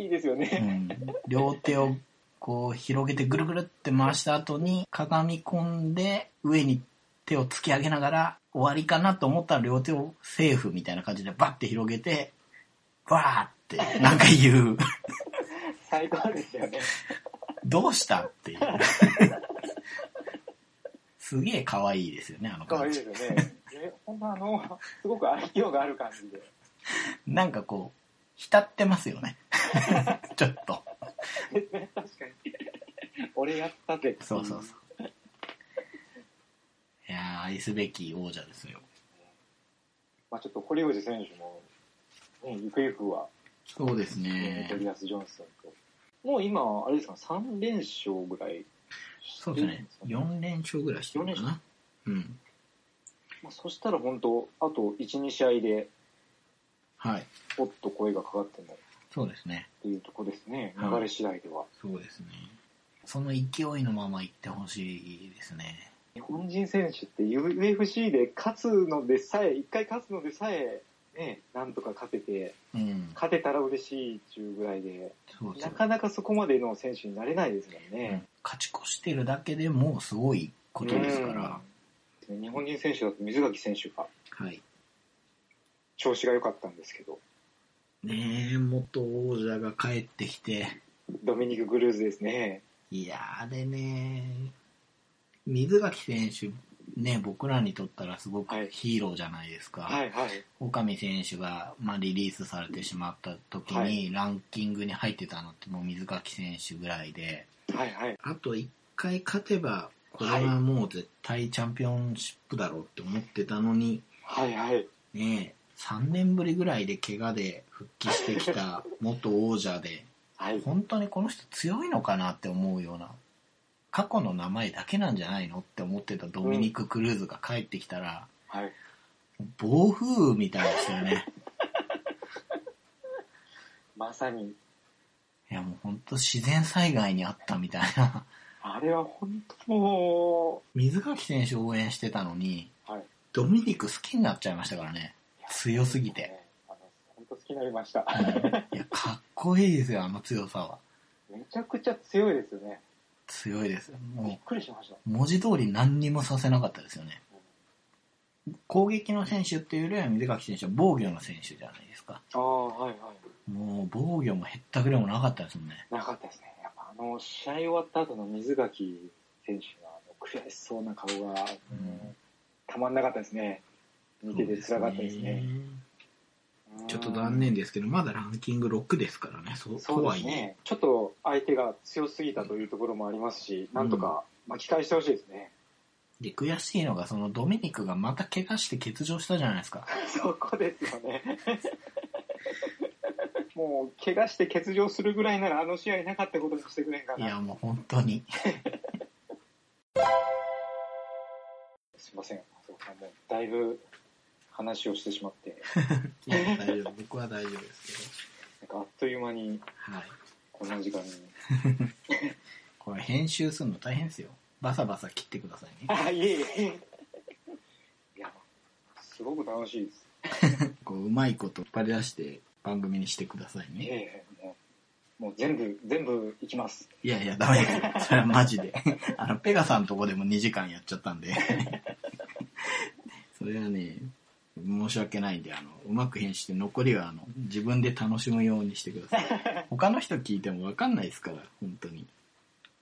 Speaker 1: いいですよ
Speaker 3: う
Speaker 1: ね。
Speaker 3: ん、両手をこう広げてぐるぐるって回した後にかがみ込んで上に手を突き上げながら終わりかなと思ったら両手をセーフみたいな感じでバッて広げてバーってなんか言う
Speaker 1: 最高ですよね。
Speaker 3: どうしたっていうすげえ可愛いですよねあの
Speaker 1: 可愛
Speaker 3: 感
Speaker 1: い
Speaker 3: じ
Speaker 1: ですよね。え、ほんとあの、すごく愛嬌がある感じで。
Speaker 3: なんかこう浸ってますよね ちょっと
Speaker 1: ですね、確かに。俺やったぜ。
Speaker 3: そうそうそう。いやー愛すべき王者ですよ
Speaker 1: まあちょっと堀内選手も、ね、ゆくゆくは、
Speaker 3: そうです
Speaker 1: デメトリアス・ジョンソンと。もう今、あれですか、3連勝ぐらい
Speaker 3: そう
Speaker 1: し
Speaker 3: で
Speaker 1: て
Speaker 3: す
Speaker 1: るん
Speaker 3: ね。
Speaker 1: かね。
Speaker 3: 4連勝ぐらいしてるのかな。うん。
Speaker 1: まあそしたら本当、あと1、2試合で、
Speaker 3: はい。
Speaker 1: おっと声がかかっても
Speaker 3: そうですね。
Speaker 1: っていうとこですね。
Speaker 3: はい
Speaker 1: 流れ次第では。
Speaker 3: そうですね。その勢いのまま行ってほしいですね。
Speaker 1: 日本人選手って UFC で勝つのでさえ、一回勝つのでさえ、ね、なんとか勝てて、
Speaker 3: うん。
Speaker 1: 勝てたら嬉しいっていうぐらいで、
Speaker 3: そうそ
Speaker 1: な
Speaker 3: う。
Speaker 1: かなかそこまでの選手になれないですもん
Speaker 3: う
Speaker 1: ね
Speaker 3: ん。勝ち越してるだけでもうすごいことですから。
Speaker 1: うん。日本人選手だと水垣選手が
Speaker 3: はい。
Speaker 1: 調子が良かったんですけど、
Speaker 3: ねえ、元王者が帰ってきて。
Speaker 1: ドミニク・グルーズですね。
Speaker 3: いやー、あれね水垣選手、ね、僕らにとったらすごく
Speaker 1: はい
Speaker 3: ヒーローじゃないですか。
Speaker 1: はいはい。
Speaker 3: 岡見選手が、まあ、リリースされてしまった時
Speaker 1: は
Speaker 3: に
Speaker 1: い
Speaker 3: ランキングに入ってたのってもう水垣選手ぐらいで
Speaker 1: はいはい。
Speaker 3: あと1回勝てばこれはもう絶対チャンピオンシップだろうって思ってたのに
Speaker 1: はいはい。
Speaker 3: ね3年ぶりぐらいで怪我で復帰してき た元王者で
Speaker 1: はい。
Speaker 3: 本当にこの人強いのかなって思うような過去の名前だけなんじゃないのって思ってたドミニク・クルーズが帰ってきたら、
Speaker 1: はい。
Speaker 3: 暴風雨みたいですよね。
Speaker 1: まさに、
Speaker 3: いやもう本当自然災害にあったみたいな。
Speaker 1: あれは本当も
Speaker 3: 水垣選手応援してたのに、
Speaker 1: う、はい。
Speaker 3: ドミニク好きになっちゃいましたからね。強すぎて。
Speaker 1: あの、本当好きになりました。
Speaker 3: いや、かっこいいですよ、あの強さは。
Speaker 1: めちゃくちゃ強いですよね。
Speaker 3: 強いですよ。
Speaker 1: びっ
Speaker 3: も
Speaker 1: くりしました。
Speaker 3: う、文字通り何にもさせなかったですよね。攻撃の選手っていうよりは水垣選手は防御の選手じゃないですか。
Speaker 1: ああ、はいは
Speaker 3: もう防御もへったくれもなかったですもんね。
Speaker 1: い。なかったですね。やっぱあの、試合終わった後の水垣選手のあの悔しそうな顔が、
Speaker 3: ん
Speaker 1: たまんなかったですね。見てて辛かったです
Speaker 3: そう
Speaker 1: ね。うん
Speaker 3: ちょっと残。念ですけど、まだランキング6ですからね。そう、と
Speaker 1: そう
Speaker 3: は
Speaker 1: です
Speaker 3: いえ。
Speaker 1: ね。ちょっと相手が強すぎたというところもありますし、なんとか巻き返してほしいですね。
Speaker 3: で、悔しいのが、そのドミニクがまた怪我して欠場したじゃないですか。
Speaker 1: そこですよね。 もう、怪我して欠場するぐらいなら、あの試合なかったことにしてくれんか
Speaker 3: い
Speaker 1: な。
Speaker 3: や、もう本当に。
Speaker 1: すいません。浅尾さんもだいぶ話をしてしまって、
Speaker 3: 大丈夫、僕は大丈夫です
Speaker 1: なんかあっという間に
Speaker 3: けど。はい。
Speaker 1: こんな 時間に。
Speaker 3: これ編集するの大変ですよ。バサバサ切ってくださいね。
Speaker 1: あ、いえいえ。いや、すごく楽しいです。
Speaker 3: こう、うまいこと引っ張り出して番組にしてくださいね。
Speaker 1: ええもう、もう全部、全部いきます。
Speaker 3: いやいや、ダメですよ。それはマ ジで。あの、ペガさんとこでも2時間やっちゃったんで。それはね、申し訳ないんで、あの、うまく編集して残りは、あの、自分で楽しむようにしてください。 他の人聞いてもわかんないですから、本当に。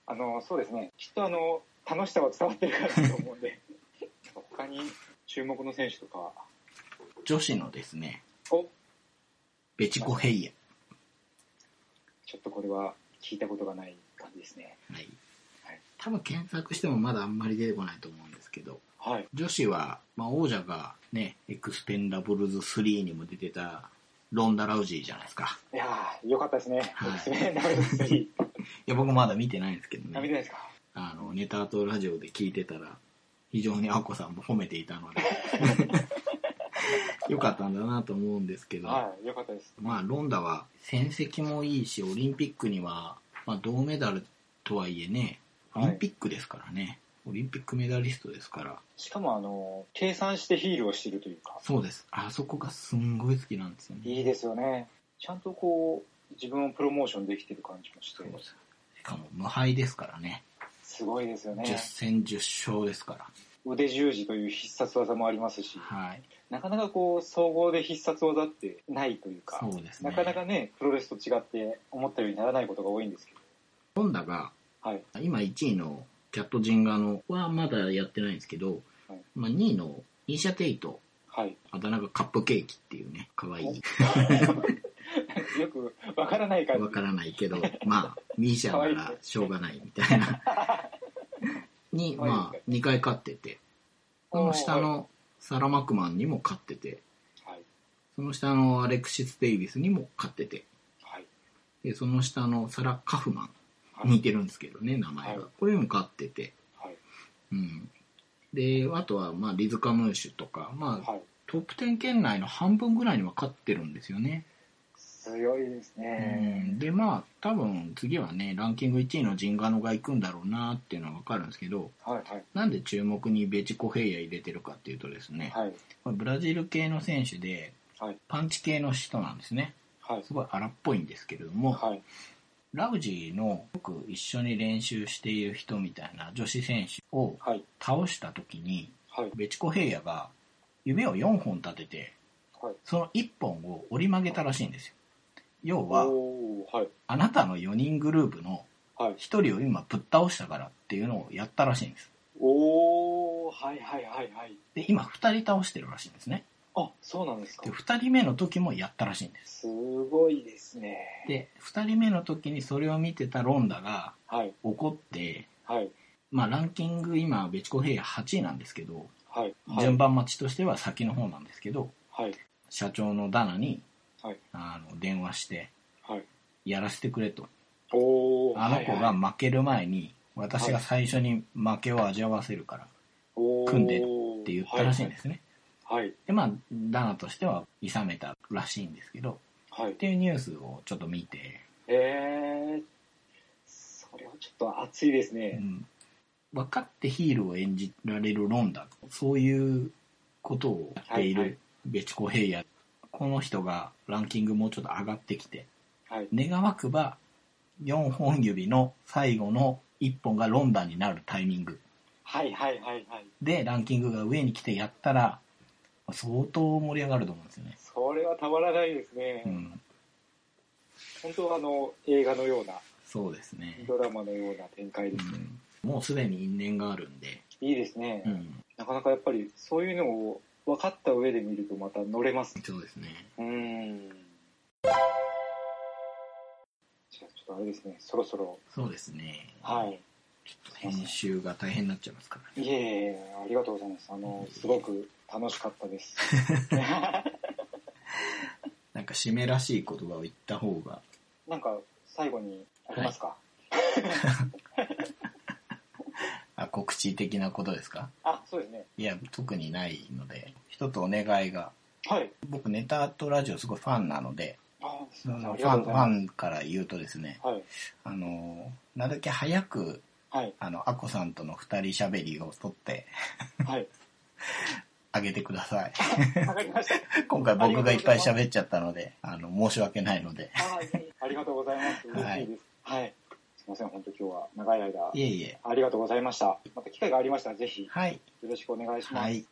Speaker 1: あの、そうですね。きっとあの、楽しさは伝わってるかなと思うんで、 他に注目の選手とか、
Speaker 3: 女子のですね、
Speaker 1: お
Speaker 3: ベチコヘイヤ。
Speaker 1: ちょっとこれは聞いたことがない感じですね。
Speaker 3: はい
Speaker 1: はい。
Speaker 3: 多分検索してもまだあんまり出てこないと思うんですけど、
Speaker 1: はい。
Speaker 3: 女子は、まあ、王者がね、エクスペンダブルズ3にも出てた、ロンダ・ラウジーじゃないですか。
Speaker 1: いやー、よかったですね。
Speaker 3: はい
Speaker 1: ですね。ダブルス リー。
Speaker 3: いや、僕まだ見てないんですけど
Speaker 1: ダメじゃ
Speaker 3: ね。
Speaker 1: ないですか。
Speaker 3: あの、ネタとラジオで聞いてたら、非常にアッコさんも褒めてい たので、よかったんだなと思うんですけど、
Speaker 1: はい、よかったです。
Speaker 3: まあ、ロンダは戦績もいいし、オリンピックには、まあ、銅メダルとはいえね、オリンピックですからね、オリンピックメダリストですから、
Speaker 1: しかも、あの、計算してヒールをしてるというか、
Speaker 3: そうです。あそこがすんごい好きなんですよね。
Speaker 1: いいですよね。ちゃんとこう、自分をプロモーションできてる感じもして
Speaker 3: そう、です。しかも無敗ですからね。
Speaker 1: すごいですよね。
Speaker 3: 10戦10勝ですから。
Speaker 1: 腕十字という必殺技もありますし、
Speaker 3: はい。
Speaker 1: なかなかこう、総合で必殺技ってないというか、
Speaker 3: そうですね。
Speaker 1: なかなかね、プロレスと違って思ったようにならないことが多いんですけど、
Speaker 3: ホンダが、
Speaker 1: はい。
Speaker 3: 今1位のキャットジンガーのはまだやってないんですけど、
Speaker 1: はい
Speaker 3: まあ、2位のイーシャテイト、
Speaker 1: はい。
Speaker 3: あだ名がカップケーキっていうね、可愛い
Speaker 1: よくわからない感
Speaker 3: わ
Speaker 1: じ。
Speaker 3: からない けど、まあ、ミーシャならしょうがないみたいな。に、まあ、2回勝ってて、その下のサラマクマンにも勝ってて、
Speaker 1: はい。
Speaker 3: その下のアレクシス・デイビスにも勝ってて、
Speaker 1: はい。
Speaker 3: で、その下のサラ・カフマン、
Speaker 1: はい。
Speaker 3: 似てるんですけどね、名前が
Speaker 1: はい。
Speaker 3: これも買ってて。
Speaker 1: はい。
Speaker 3: うん。で、あとは、まあ、リズカムーシュとか、まあ、
Speaker 1: はい。
Speaker 3: トップ10圏内の半分ぐらいには勝ってるんですよね。
Speaker 1: 強いです
Speaker 3: う
Speaker 1: ね。
Speaker 3: ん。で、まあ、多分次はね、ランキング1位のジンガノが行くんだろうなっていうのはわかるんですけど、
Speaker 1: はい。はい。
Speaker 3: なんで注目にベチコヘイヤ入れてるかっていうとですね、
Speaker 1: はい。
Speaker 3: これブラジル系の選手で、
Speaker 1: はい。
Speaker 3: パンチ系の人なんですね。
Speaker 1: はい。
Speaker 3: すごい荒っぽいんですけれども、
Speaker 1: はい。
Speaker 3: ラウジーのよく一緒に練習している人みたいな女子選手を
Speaker 1: はい。
Speaker 3: 倒した時に、
Speaker 1: はい。
Speaker 3: ベチコヘイヤが夢を4本立てて、
Speaker 1: はい。
Speaker 3: その1本を折り曲げたらしいんですよ。要は、
Speaker 1: おーはい。
Speaker 3: あなたの4人グループの
Speaker 1: はい
Speaker 3: 1。人を今ぶっ倒したからっていうのをやったらしいんです。
Speaker 1: おーはいはいはいはい。
Speaker 3: で、今2人倒してるらしいんですね。
Speaker 1: あ、そうなんですか
Speaker 3: で、。2人目の時もやったらしいんです。
Speaker 1: すごいですね。
Speaker 3: で、2人目の時にそれを見てたロンダが
Speaker 1: はい。
Speaker 3: 怒って、
Speaker 1: はい。
Speaker 3: まあランキング今、ベチコヘイヤ8位なんですけど、
Speaker 1: はい。
Speaker 3: 順番待ちとしては先の方なんですけど、
Speaker 1: はい。
Speaker 3: 社長のダナに、
Speaker 1: はい
Speaker 3: あの電話して、
Speaker 1: はい。
Speaker 3: やらせてくれと。
Speaker 1: おー
Speaker 3: あの子が
Speaker 1: はいはい
Speaker 3: 負ける前に、私が最初に負けを味わわせるから
Speaker 1: おー
Speaker 3: 組んでって言ったらしいんですね。
Speaker 1: はい。
Speaker 3: で、まあ、ダナとしては、いさめたらしいんですけど、
Speaker 1: はい。
Speaker 3: っていうニュースをちょっと見て、
Speaker 1: えー、それはちょっと熱いです
Speaker 3: う
Speaker 1: ね。
Speaker 3: ん、分かってヒールを演じられるロンダ、そういうことをやってい
Speaker 1: はいはい
Speaker 3: るベチコヘイヤ、この人がランキングもうちょっと上がってきて、
Speaker 1: はい。
Speaker 3: 願わくば4本指の最後の1本がロンダになるタイミング
Speaker 1: はいはいはいはい。
Speaker 3: でランキングが上に来てやったら、相当盛り上がると思うんですよね。
Speaker 1: それはたまらないですね。
Speaker 3: うん、
Speaker 1: 本当はあの、映画のような、
Speaker 3: そうですね。
Speaker 1: ドラマのような展開
Speaker 3: う
Speaker 1: ですね。
Speaker 3: ん、もうすでに因縁があるんで、
Speaker 1: いいですね。
Speaker 3: うん、
Speaker 1: なかなかやっぱりそういうのを分かった上で見るとまた乗れます。
Speaker 3: そうですね。
Speaker 1: うーん。じゃあちょっとあれですね、そろそろ。
Speaker 3: そうですね。
Speaker 1: はい。
Speaker 3: 編集が大変になっちゃいますからね。
Speaker 1: いえいえ、ありがとうございます。あの、すごく楽しかったです。
Speaker 3: なんか締めらしい言葉を言った方が、
Speaker 1: なんか、最後にありますか、
Speaker 3: あ、告知的なことですか
Speaker 1: あ、そうですね。
Speaker 3: いや、特にないので、一つお願いが、
Speaker 1: はい。
Speaker 3: 僕ネタとラジオすごいファンなので、
Speaker 1: あ、す
Speaker 3: フ
Speaker 1: み
Speaker 3: ァ
Speaker 1: ません。ありが
Speaker 3: ン、フ
Speaker 1: とうございま
Speaker 3: ァ
Speaker 1: す。
Speaker 3: ンから言うとですね、
Speaker 1: はい。
Speaker 3: あの、なるだけ早く、
Speaker 1: はい。
Speaker 3: あの、アコさんとの二人喋りを撮って
Speaker 1: はい。
Speaker 3: あげてくだ さい。
Speaker 1: わかり ました。
Speaker 3: 今回僕がいっぱい喋っちゃったので、あの、申し訳ないので。
Speaker 1: あありがとうございます。嬉しいです。はい。すみません、本当今日は長い間。
Speaker 3: いえいえ。
Speaker 1: ありがとうございました。また機会がありましたら、ぜひよ
Speaker 3: はい。
Speaker 1: ろしくお願いします。
Speaker 3: はい。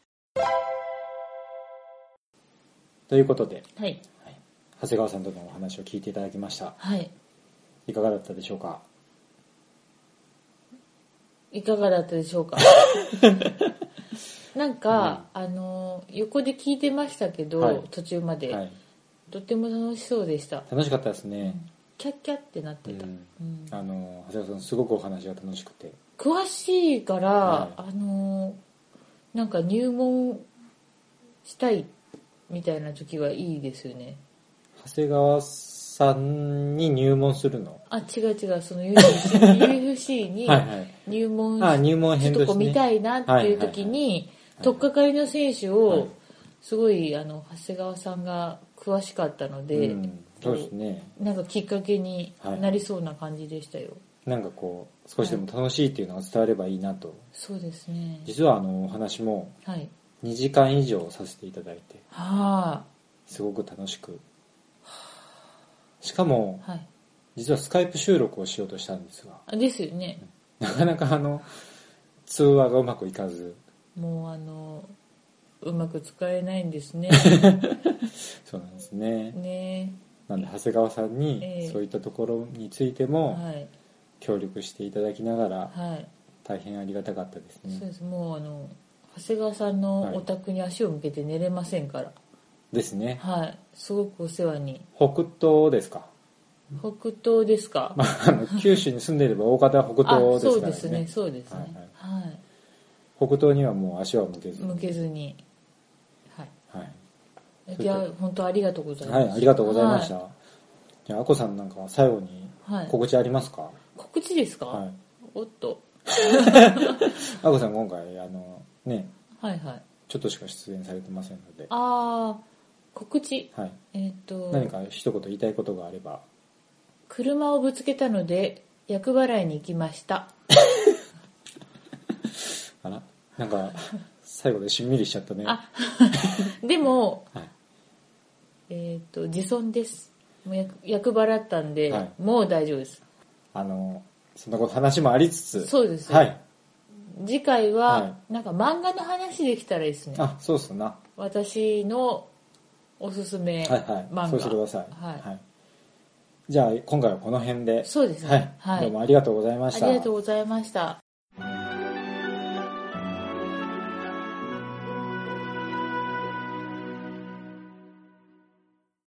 Speaker 1: ということで、
Speaker 2: はい。
Speaker 1: 長谷川さんとのお話を聞いていただきました。
Speaker 2: はい。
Speaker 1: いかがだったでしょうか
Speaker 2: いかがだったでしょうかなんか、あの、横で聞いてましたけど、
Speaker 1: はい
Speaker 2: 途中まで、
Speaker 1: はい。
Speaker 2: とっても楽しそうでした。
Speaker 1: 楽しかったですね。
Speaker 2: キャッキャってなってた。
Speaker 1: う
Speaker 2: うんん
Speaker 1: あの、長谷川さん、すごくお話が楽しくて、
Speaker 2: 詳しいから、あのーなんか入門したいみたいな時はいいですよね。
Speaker 4: 長谷川さんに入門するの
Speaker 2: あ、違う違う、その UFC, UFC に
Speaker 4: はいはい。
Speaker 2: 入門
Speaker 4: あ、入門
Speaker 2: ちょ
Speaker 4: 編
Speaker 2: っ
Speaker 4: と
Speaker 2: と
Speaker 4: し
Speaker 2: こ
Speaker 4: て、
Speaker 2: う
Speaker 4: ね。
Speaker 2: 見たいなっていう時に、取っかかりの選手
Speaker 4: はい
Speaker 2: を、すごい、あの、長谷川さんが詳しかったので、
Speaker 4: うん、そうですね。
Speaker 2: なんかきっかけになりそうな感じでしたよ。
Speaker 4: なんかこう、少しでも楽しいっていうのが伝わればいいなと。
Speaker 2: そうですね。
Speaker 4: 実はあの、お話も
Speaker 2: はい。
Speaker 4: 2時間以上させていただいて、
Speaker 2: は
Speaker 4: すごく楽しく。しかも
Speaker 2: あ、、はい
Speaker 4: 実はスカイプ収録をしようとしたんですが、
Speaker 2: あ。ですよね。
Speaker 4: なかなかあの、通話がうまくいかず、
Speaker 2: もうあの、うまく使えないんです ね。
Speaker 4: そうなんですね。
Speaker 2: ね
Speaker 4: なんで、長谷川さん
Speaker 2: え
Speaker 4: に
Speaker 2: え、
Speaker 4: そういったところについても、
Speaker 2: はい。
Speaker 4: 協力していただきながら、
Speaker 2: はい。
Speaker 4: 大変ありがたかったです
Speaker 2: そう
Speaker 4: ね。
Speaker 2: です。もうあの、長谷川さんのお宅に足を向けて寝れませんから。
Speaker 4: ですね。
Speaker 2: はい。すごくお世話に。
Speaker 4: 北東ですか。
Speaker 2: 北東ですか、
Speaker 4: まあ、あの 九州に住んでいれば大方は北
Speaker 2: あ、
Speaker 4: 東
Speaker 2: そう
Speaker 4: で
Speaker 2: ですす
Speaker 4: からね
Speaker 2: ね、。そうですね。はい、
Speaker 4: 北東にはもう足は向けずに。
Speaker 2: 向けずに。はい。
Speaker 4: はい。
Speaker 2: いや、本当ありがとうございま
Speaker 4: は
Speaker 2: す。
Speaker 4: い、ありがとうございました。
Speaker 2: は
Speaker 4: じゃあ、アコさんなんかは最後に
Speaker 2: はい
Speaker 4: 告知ありますか、
Speaker 2: 告知ですか、
Speaker 4: はい。
Speaker 2: おっと。
Speaker 4: アコさん今回、あの、ね、
Speaker 2: はいはい。
Speaker 4: ちょっとしか出演されてませんので、
Speaker 2: あー、告知。
Speaker 4: はい。
Speaker 2: えっ、と、
Speaker 4: 何か一言言いたいことがあれば、
Speaker 2: 車をぶつけたので、厄払いに行きました。
Speaker 4: あら、な んか、最後でしんみりしちゃったね。
Speaker 2: あ でも、
Speaker 4: はい
Speaker 2: えっ、と、自損です。もう厄厄払ったんで、
Speaker 4: はい
Speaker 2: もう大丈夫です。
Speaker 4: あの、そんなこと話もありつつ、
Speaker 2: そうですよ
Speaker 4: はい。
Speaker 2: 次回は、
Speaker 4: は
Speaker 2: なんか漫画の話できたらいいですね。
Speaker 4: あ、そうっすな。
Speaker 2: 私のおすすめ漫
Speaker 4: はい
Speaker 2: 画。
Speaker 4: はい。そうしてください。
Speaker 2: はい。
Speaker 4: はい、じゃあ、今回はこの辺で。
Speaker 2: そうですね
Speaker 4: はい。
Speaker 2: はい
Speaker 4: どうもありがとうございま
Speaker 2: あ
Speaker 4: し
Speaker 2: り
Speaker 4: た。
Speaker 2: がとうございました。